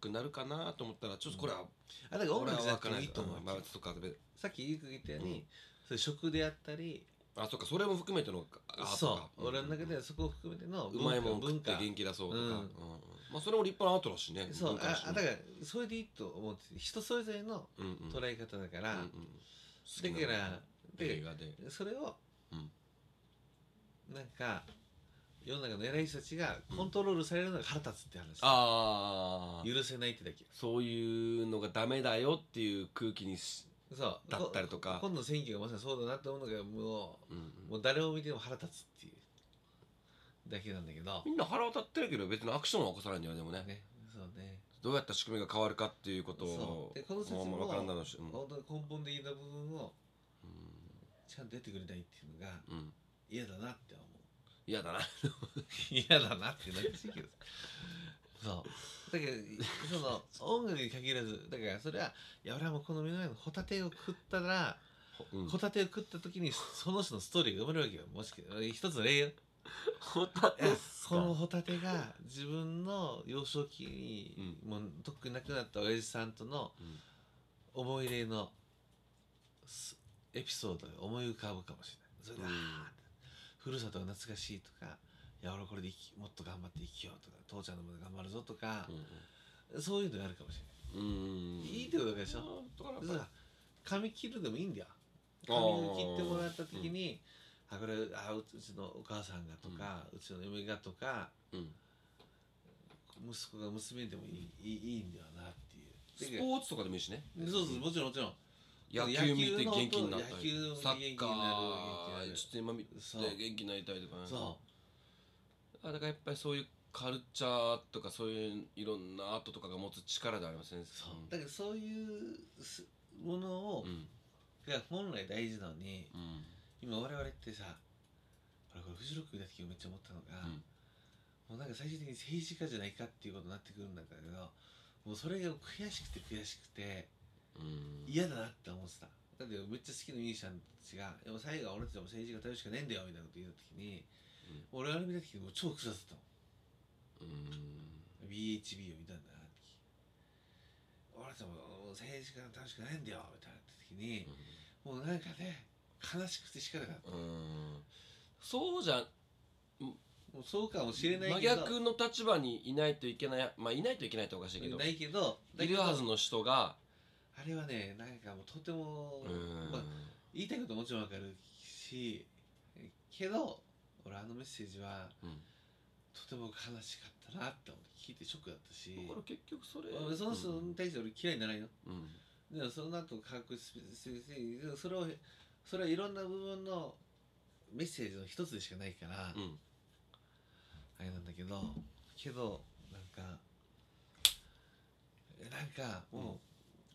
くなるかなと思ったらちょっとこれは、あだから音俺は楽じゃな分かくてらもないいいと思うわけまあ、とかでさっきゆうくが言ったよううんに、そういう食であったりあそっかそれも含めてのあそかう俺の中ではそこを含めてのうまいもん食っ文て化元気出そうとか、ううんんまあ、それも立派なアートだしねそう文化だあしあだからそれでいいと思ってて人それぞれのうんうん捉え方だから、うんうん好きなだから映で画でそれを、うんなんか世の中の偉い人たちがコントロールされるのが腹立つって話、ああ許せないってだけそういうのがダメだよっていう空気にし、そうだったりとかこ今度の選挙がまさにそうだなって思うのがもうんうんうもう誰を見ても腹立つっていうだけなんだけど、みんな腹渡ってるけど別にアクションは起こさないんだよでもねね、そうねどうやったら仕組みが変わるかっていうことそをうでこの説もうあんまも分からんだろうし、うん本当に根本的な部分をうちゃんとやってくれないっていうのがんうん、嫌だなって思う嫌だな嫌だなってなっちゃうけどそうだけどその音楽に限らずだからそれはいや俺はもうこの目の前のホタテを食ったらうん ホタテを食った時にその人のストーリーが生まれるわけよもしか一つの例よホタテいやっすかこのホタテが自分の幼少期に、もうとっくに亡くなった親父さんとのうん思い入れのすエピソードが思い浮かぶかもしれないそれで、うんあーってふるさとが懐かしいとかいや俺これで生きもっと頑張って生きようとか父ちゃんのもと頑張るぞとかうん、そういうのがあるかもしれない、うんうんいいってことでしょ、だからやっぱだりから髪切るでもいいんだよあ髪ーを切ってもらった時にあこれあううちのお母さんがとか、うちの嫁がとかうん息子が娘でもいい,、いいいいんだよなっていうスポーツとかでもいいしねそうそうもちろんもちろん野球見て元気になった野り球のサ元気ッにカなーる元ちょっと今見てそう元気になりたいとかねそあだからやっぱりそういうカルチャーとかそういういろんなアートとかが持つ力でありますねうそうだからそういうすものを、うんが本来大事なのにうん今我々ってさ俺これフジロック見た時めっちゃ思ったのが、うんもうなんか最終的に政治家じゃないかっていうことになってくるんだけどもうそれが悔しくて悔しくてうん嫌だなって思ってただってめっちゃ好きなミュージシャンたちが「でも最後は俺たちも政治家頼るしかねえんだよ」みたいなこと言った時に、俺あれ見た時にもう超複雑だったもんうん、 BHB を見たんだなって俺たちも政治家楽しくないんだよみたいな時に、もうなんかね悲しくて仕方がなかっうん、そうじゃたもうそうかもしれない真けど逆の立場にいないといけないまあいないといけないっておかしいけどないけどだいけるどはずの人があれはねなんかもうとても、うんまあ、言いたいことももちろんわかるしけど俺あのメッセージはうんとても悲しかったなって思って聞いてショックだったしだから結局それ俺その人に対して俺嫌いにならないよ、うんでもその後科学スペスペスそれをそれはいろんな部分のメッセージの一つでしかないから、うんあれなんだけどけどなんかなんかも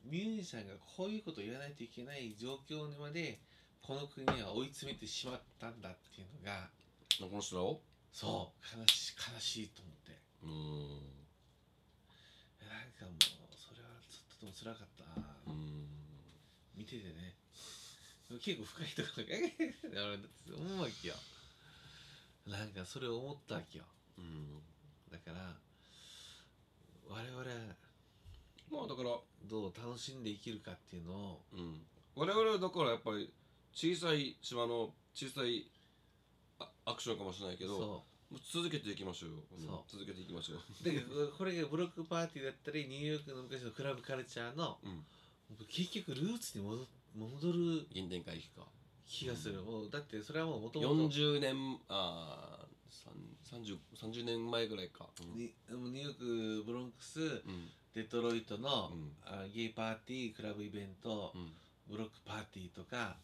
う、ミュージシャンがこういうことを言わないといけない状況にまでこの国は追い詰めてしまったんだっていうのがこの人らをそう悲し悲しいと思ってうんなんかもうそれはちょっとでも辛かったなうん見ててね結構深いところが 俺だって思うわけよなんかそれを思ったわけようんだから我々はまあだからどう楽しんで生きるかっていうのをうん、我々はだからやっぱり小さい島の小さいあアクションかもしれないけどそもう続けていきましょうよ、うんそう続けていきましょううだけど これがブロックパーティーだったりニューヨークの昔のクラブカルチャーの、うん結局ルーツに戻戻る 原点回帰か気がする、もうだってそれはもうもともと40年あーさん 30, 30年前ぐらいか、うんニューヨークブロンクスうんデトロイトの、うんあゲイパーティークラブイベント、うんブロックパーティーとか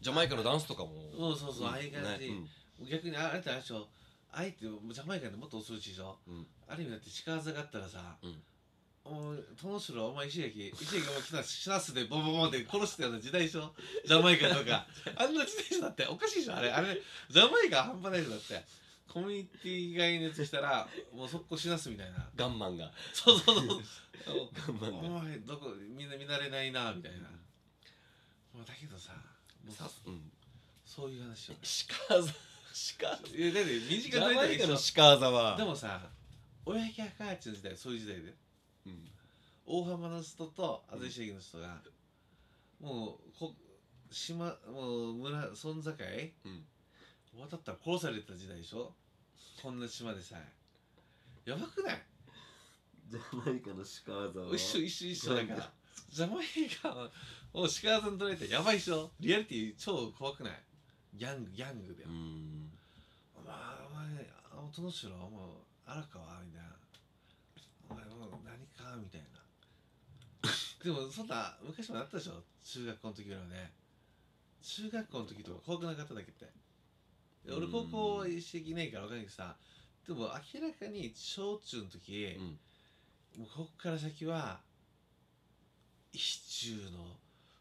ジャマイカのダンスとかももうそうそう、んああいう感じ、ね逆にあれってあれでしょあえてジャマイカでもっと恐ろしいでしょうんある意味だって力技があったらさうん「お前その人らお前石垣石垣お前来なしなすでボンボンボンで殺したような時代でしょジャマイカとかあんな時代でしょだっておかしいでしょあれあれジャマイカ半端ないでしょだってコミュニティ外のやつ来たらもう速攻しなすみたいなガンマンがそうそうそうガンマおンが前どこみんな見慣れないなみたいな、まあ、だけどさもうさうんそういう話よシカーザシカーザいやだって身ジ近ャマでイでカしょのシカーザはでもさ親木赤八の時代そういう時代でうん大浜の人と安石駅の人が、もうこ島もう村村境うん渡ったらこうされてた時代でしょこんな島でさやばくないジャマイカの鹿技は一緒一緒一緒だからジャマイカを鹿川さんに取られたらやばいっしょリアリティ超怖くないギャングギャングで、うんお前、お前、あ音の城、もう、荒川みたいな。お前、もう、何かみたいな。でも、そんな、昔もあったでしょ中学校の時ぐらいはね。中学校の時とか怖くなかっただけって。で俺、うん高校は一識ないから分かんないけどさ、でも、明らかに、小中の時、うんもう、こっから先は、市中の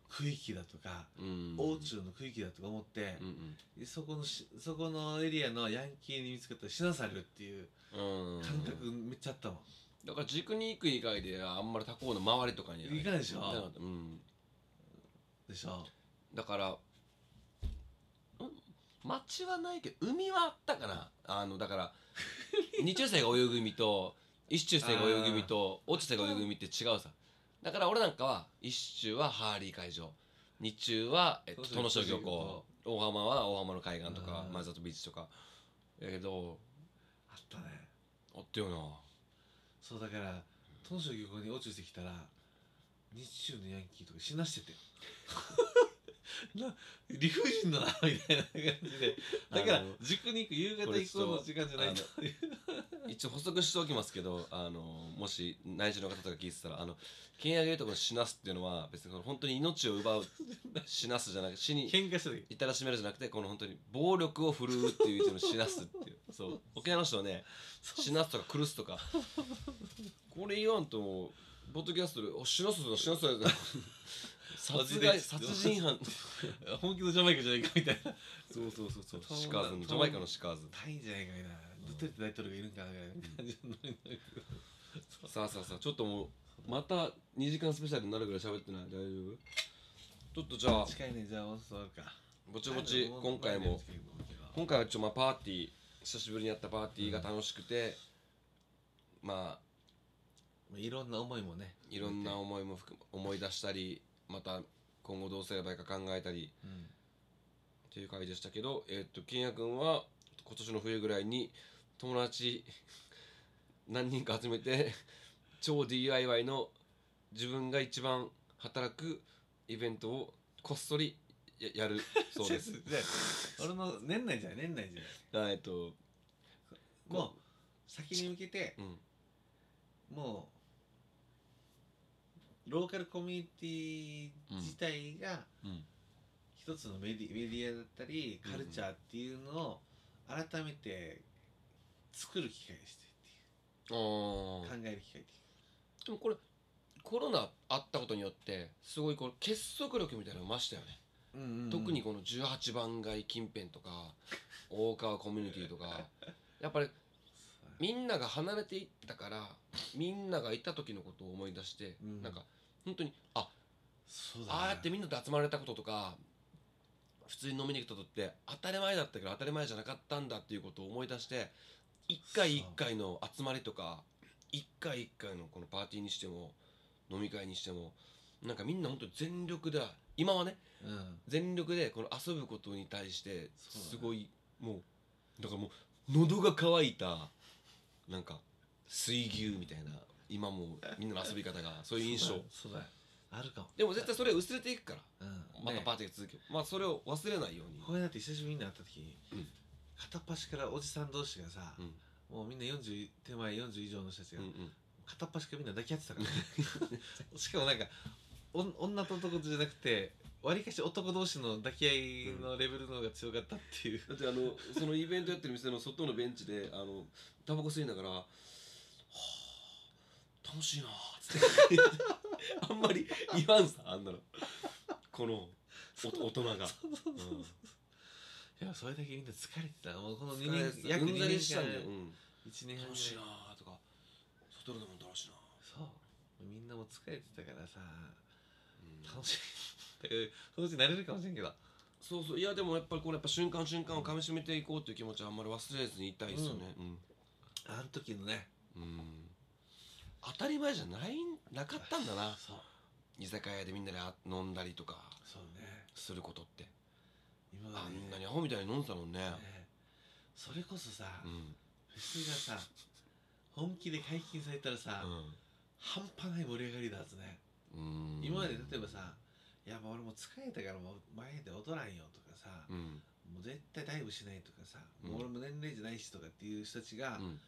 区域だとか、うん王中の区域だとか思って、うんそこのしそこのエリアのヤンキーに見つかったら死なされるっていううんうん感覚めっちゃあったもん、だから軸に行く以外ではあんまり他校の周りとかには行かないでしょなかったうんでしょだからうん街はないけど海はあったかなあのだから 二中生が泳ぐ海と一中生が泳ぐ海と落ち生が泳ぐ海って違うさだから俺なんかは一中はハーリー海上日中は、えっと、そう殿そう商漁港大浜は大浜の海岸とかうん前里ビーチとかやけどあったねあったよなそうだから当初漁港に落ちてきたら日中のヤンキーとか死なしてて な理不尽だなみたいな感じでだかあらの塾に行く夕方行こうの時間じゃないと一応補足しておきますけどあのもし内地の方とか聞いてたらあの剣上げるとこの死なすっていうのは別にこの本当に命を奪う死なすじゃなく死に喧嘩した時至らしめるじゃなくてこの本当に暴力を振るうっていう意味の死なすっていうそう沖縄の人はね死なすとか苦すとかこれ言わんともうポッドキャストで「お死なすぞ死なすぞ」殺害殺人犯本気のジャマイカじゃないかみたいなそうそうそうそうそうシカーズのジャマイカのシカーズ大変じゃないかみたいなドゥテルテ大統領がいるんかなみたいな感じになるんだけどさあさあさあちょっともうまた2時間スペシャルになるぐらい喋ってない大丈夫ちょっとじゃあ近いねじゃあもう座るかぼちぼち今回も今回はちょっとまあパーティー久しぶりにやったパーティーが楽しくて、まあいろんな思いもねいろんな思いも含む思い出したりまた今後どうすればいいか考えたりうんっていう回でしたけどえっ、と金也君は今年の冬ぐらいに友達何人か集めて超 DIY の自分が一番働くイベントをこっそりややるそうですじゃあ俺の年内じゃない年内じゃな あいえっともう先に向けてうんもうローカルコミュニティ自体がうん一つのメディメディアだったりカルチャーっていうのを改めて作る機会にしてあーっていう考える機会っていうでもこれコロナあったことによってすごいこの結束力みたいなの増したよね特にこの18番街近辺とか大川コミュニティとかやっぱりみんなが離れていったからみんながいた時のことを思い出して、うんなんか本当にあそうだねああやってみんなで集まれたこととか普通に飲みに行くことって当たり前だったけど当たり前じゃなかったんだっていうことを思い出して一回一回の集まりとか一回一回のこのパーティーにしても飲み会にしてもなんかみんな本当に全力で今はねうん全力でこの遊ぶことに対してそうだすねごいもうだからもう喉が渇いたなんか水牛みたいな今もうみんなの遊び方がそういう印象そうだよあるかもでも絶対それ薄れていくからうんまたねパーティーが続くよまあそれを忘れないようにこれだって久しぶりに会った時に、うん片っ端からおじさん同士がさ、うんもうみんな40手前40以上の人たちうが、んうん片っ端からみんな抱き合ってたか らしかもなんかお女と男じゃなくてわりかし男同士の抱き合いのレベルの方が強かったっていう、だってあの そのイベントやってる店の外のベンチであのタバコ吸いながら「はあ楽しいな」っつ ってあんまり言わんさあんなのこのお大人が。うんいやそれだけみんな疲れてたもうこのお2疲れです年約2うんざりし年た間んだよ、 1年半ぐらい楽しいなーとか外でも楽しいなそうみんなもう疲れてたからさー、楽しい だからそのうち慣れるかもしれんけどそうそういやでもやっぱりこのやっぱ瞬間瞬間をかみしめていこうという気持ちはあんまり忘れずにいたいですよねうん、あの時のねうん当たり前じゃないなかったんだなそう居酒屋でみんなであ飲んだりとかそうねすることって今まあでねんなにアホみたいに飲んでたもんねねそれこそさ、うんフェスがさ本気で解禁されたらさ、半端ない盛り上がりだはずね、うんうん今まで例えばさ「いやもう俺もう疲れたからもう前で踊らんよ」とかさ、うんもう絶対ダイブしないとかさ、うんもう俺も年齢じゃないしとかっていう人たちが、うんもう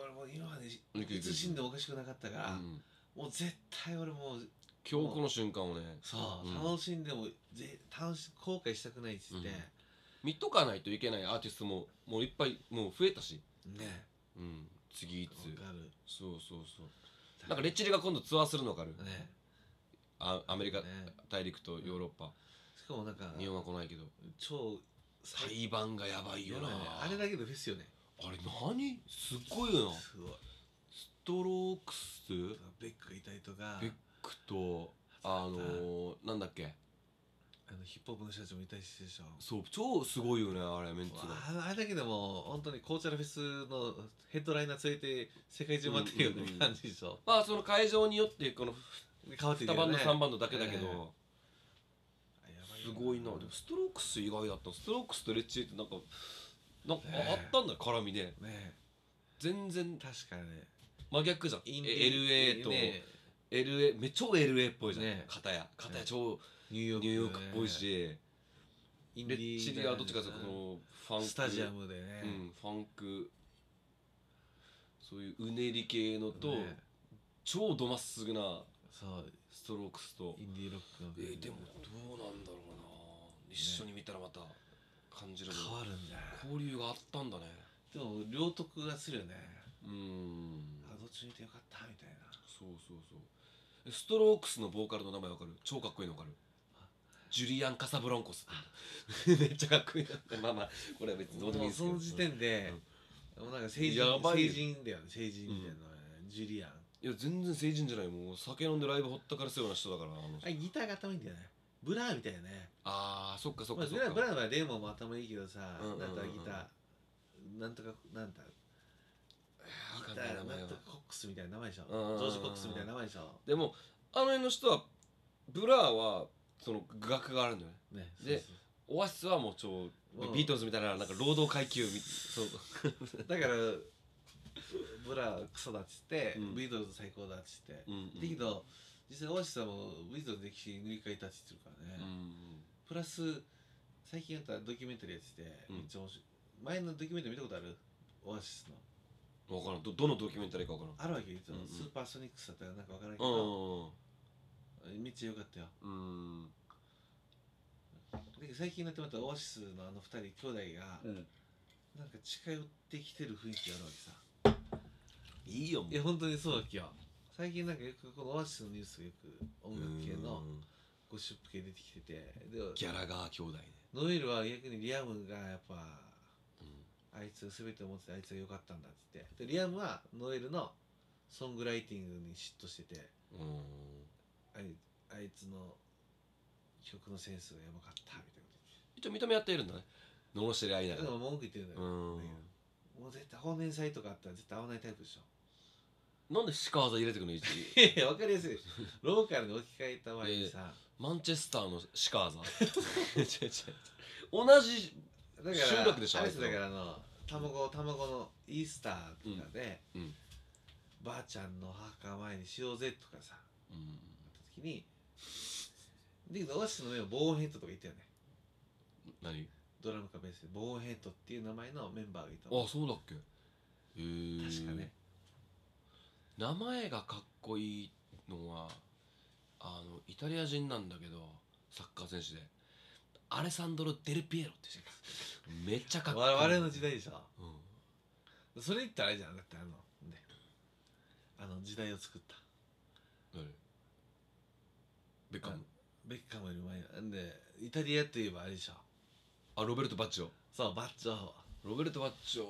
俺もう今までいいくいくいくつ死んでもおかしくなかったから、うんもう絶対俺もう今日この瞬間をねそう、うん楽しんでもぜ楽し後悔したくないっつって、見とかないといけないアーティストももういっぱいもう増えたし、ねうん、次いつわかるそうそうそうなんかレッチリが今度ツアーするの分かるねあアメリカね大陸とヨーロッパしかもなんか日本は来ないけど超最裁判がやばいよなやばいねあれだけどフェスよねあれ何すっごいよなすごいストロークスベックがいたりとかベックとあのー、なんだっけあのヒップホップの人たちもいたりしてでしょそう超すごいよねあれメンツがああれだけでも本当にコーチャラフェスのヘッドライナー連れて世界中回ってるよううんうんうんな感じでしょ、まあその会場によってこの変わって2バるよンドね3バンドだけだけど、ええやばすごいな、でもストロークス以外だったストロークスとレッチリってなんかなんかああねえったんだ絡みでね全然確かにね真逆じゃんインディ LA ーとね LA め超 LA っぽいじゃんねえ片や片やね超ニューヨークニューヨークっぽいしインレデッィチーリはどっちかというとこのファンクスタジアムでねう、んファンクそういううねり系のとね超ドまっすぐなそうストロークスとインディーロックのえーでもどうなんだろうな一緒に見たらまた感じるもの変わるんだよ交流があったんだねでも両得がするよねうんあどっち見てよかったみたいなそうそうそうえストロークスのボーカルの名前わかる超かっこいいのわかるジュリアン・カサブロンコスって めっちゃかっこいいなまあまあこれは別にどうでもいいもんうですけどその時点で、もうなんか成人やばい成よ人だよね成人みたいな、ジュリアンいや全然成人じゃないもう酒飲んでライブほったからすような人だからあの人あギターが頭いいんだよねブラーみたいなねあーそっかそっまあ、かブそラっーブかラーはレーモンも頭いいけどさ、うんうんうんなんとかギターなんとかなんだわかギんタないー名な前んはとかコックスみたいな名前でしょ、うんうんうんジョージ・コックスみたいな名前でしょでもあの辺の人はブラーはその楽があるんだよねねでそうオアシスはもう超うんビートルズみたいななんか労働階級みそうそうだからブラークソだっつって、うんビートルズ最高だっつって、うんうんだけど実際オアシスさんもビートルズの歴史塗り替えたっつってるからね、うんプラス最近やったドキュメンタリーやってて、うんめっちゃ面白い前のドキュメンタリー見たことあるオアシスの分からんどどのドキュメンタリーか分からんあるわけよいつもうんうんスーパーソニックスだったらなんかわからないけど、うめっちゃ良かったよんうんだけど最近になってまたオアシスのあの二人兄弟が、うんなんか近寄ってきてる雰囲気があるわけさいいよもういや本当にそうだっけよ最近なんかよくこのオアシスのニュースがよく音楽系のうんゴシップ系出てきててでギャラガー兄弟ねノエルは逆にリアムがやっぱうんあいつが全てを持っててあいつが良かったんだっつってでリアムはノエルのソングライティングに嫉妬しててうんあいあいつの曲のセンスがやばかったみたいなこと一応認め合っているんだね罵り合い言なっがてだからら文句言ってるんだよ、うんもう絶対本年祭とかあったら絶対合わないタイプでしょなんでシカワザ入れてくの一時 いやわかりやすいローカルに置き換えた場合にさ、マンチェスターのシカワ ザ違う違う違う同じだから集落でしょああれいでつすはだからあの卵卵のイースターとかで、うんうんばあちゃんの墓参りしようぜとかさうんあった時にだけどオアシスの上はボーンヘッドとか言ったよね何ドラムかベースでボーンヘッドっていう名前のメンバーがいたのあそうだっけへえ確かね名前がかっこいいのはあのイタリア人なんだけどサッカー選手でアレサンドロ・デルピエロって人ですめっちゃかっこいい我々の時代でしょうんそれ言ったらあれじゃんだってあのねあの時代を作った誰ベッカムベッカムより前なんでイタリアといえばあれでしょあロベルト・バッチョそうバッチョはロベルト・バッチョ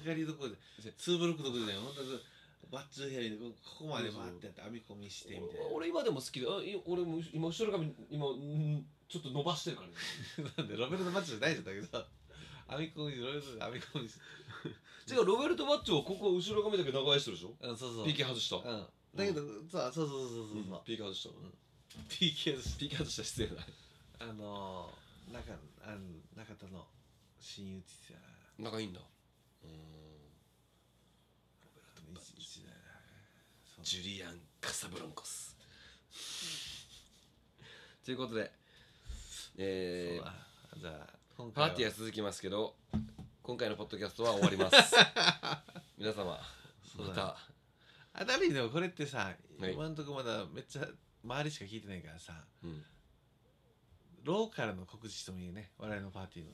角刈りどころでツーブロックどころじゃない本当にバッチョヘアにここまで回ってやって編み込みしてみたいなお俺今でも好きであい俺も今後ろ髪今んちょっと伸ばしてるからねなん でロベルト・バッチョじゃないじゃんだけど編み込みロベルト編み込みし 違うロベルト・バッチョはここ後ろ髪だけ長いしてるでしょうんそうそう PK 外した、うんだけどそうそうそうそうそうそう PK 外した、 PK です PK 外した失礼だあの中あの中田の親友って言ってたな仲いいんだうーん一一だよなジュリアン・カサブランコス。 ということで、えそうーだじゃあ今パ回はーティーは続きますけど、今回のポッドキャストは終わり ます。皆様、そうまだた、あだりでもこれってさ、はい今んとこまだめっちゃ周りしか聞いてないからさうん、ローカルの告知してもいいよね我々のパーティ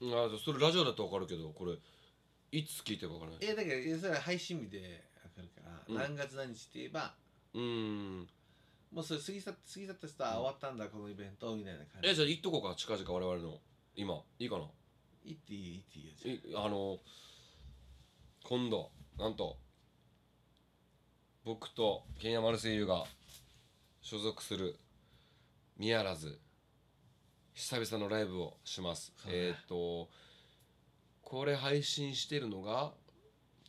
ーのあそれラジオだとわかるけど、これ、いつ聞いてるかわからない。えだからそれは配信日で分かるから、うん何月何日って言えばうーん。もうそれ過ぎ去過ぎ去った人は終わったんだ、このイベントみたいな感じえ、じゃあ行っとこうか、近々我々の、今、いいかな。行っていい行っていいよじゃあいあの今度なんと僕とケンヤマル声優が所属するミヤラズ久々のライブをしますそうねえっ、とこれ配信してるのが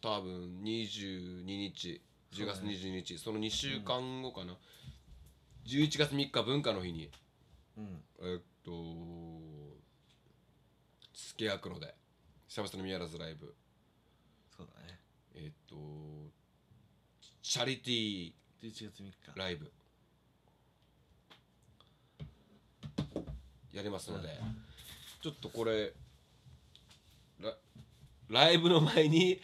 多分22日10月そうね22日そ,、の2週間後かな、11月3日文化の日にうんえっとスケアクロで久々のミヤラズライブそうだねえっとチャリティー11月3日ライブやりますので、ちょっとこれラライブの前に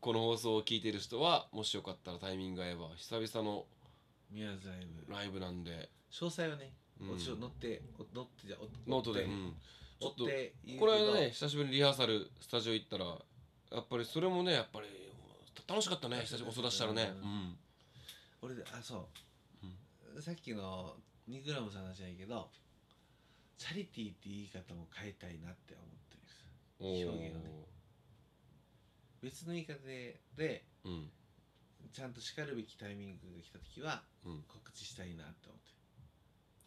この放送を聞いてる人はもしよかったらタイミング合えば久々の宮津ライブライブなんで詳細はね、うんもちろん乗ってお乗ってじゃあおノートで、追うってん、ちょ追っとって言うこけどれね久しぶりにリハーサルスタジオ行ったらやっぱりそれもねやっぱり楽しかったね久しぶりお育したらねううん俺であそう、さっきのニグラムさんの話じゃないけどチャリティーって言い方も変えたいなって思ってるんですおー表現をね別の言い方ででうんちゃんとしかるべきタイミングが来た時はうん告知したいなって思ってる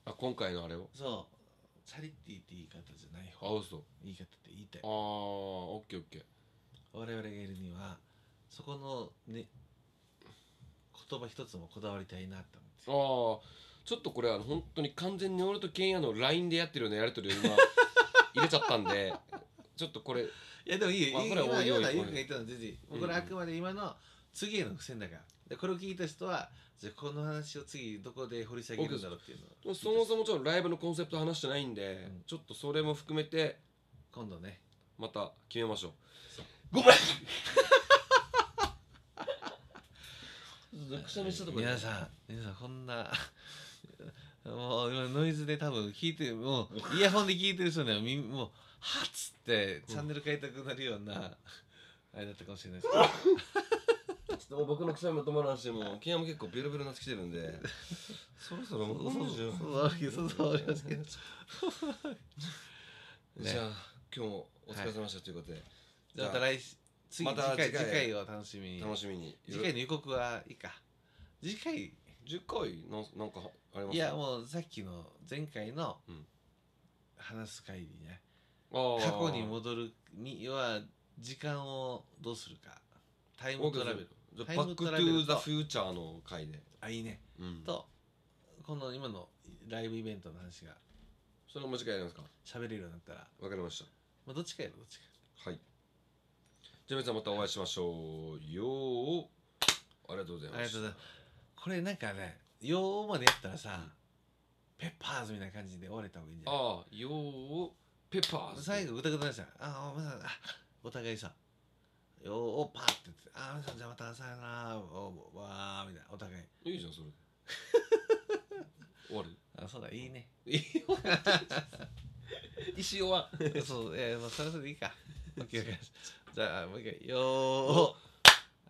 あ今回のあれをそうチャリティーって言い方じゃないあ方嘘言い方って言いたいああオッケーオッケー我々がいるにはそこのね言葉一つもこだわりたいなって思ってるああちょっとこれあの本当に完全に俺とケンヤの LINE でやってるようなやり取り を今入れちゃったんでちょっとこれいやでもいいよ、まあいいこれは今おいおい今のこはれゆうくんが言ったのは全然いいうんこれあくまで今の次への付箋だからでこれを聞いた人はじゃあこの話を次どこで掘り下げるんだろうっていうのをそもそもちろんライブのコンセプト話してないんで、うんちょっとそれも含めて今度ねまた決めましょうごめんくしゃみしたとこ皆さん皆さんこんなもう今ノイズで多分聞いてもうイヤホンで聞いてる人には耳もうはっつってチャンネル変えたくなるような、あれだったかもしれないですけどちょっともう僕のくしゃみも止まらんしもうケンヤも結構ベロベロなってきてるんでそろそろもうそうそうそうそうありますけどねじゃあ今日もお疲れ様でしたということで、じゃあまた来し次また次回次回次回を楽しみに楽しみに次回の予告はいいか次回次回なんなんかありますいやもうさっきの前回のうん話す会議ねああ過去に戻るには時間をどうするかタイムトラベルじゃタあイバッムクトトゥラベルとーザフューチャーの回で、あいいねうん、とこの今のライブイベントの話がそれも次回やりますか喋れるようになったら、わかりましたまあ、どっちかやろどっちかはいじゃあ皆さんまたお会いしましょうよーありがとうございありまがとうごしざいたますこれなんかねようまでやったらさ、ペッパーズみたいな感じで終われた方がいいんじゃないああよーペッパーズ最後ぐたぐたでしたあおまさんあお互いさよおパーって言ってあおまさんじゃあまたさよならおわーみたいなお互いいいじゃん それ終わるあそうだいいね石尾は そうえー、まあそれはそれでいいか オッケーオッケーじゃあもう一回よお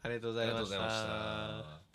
ありがとうごあざりいがとうごましざいましたた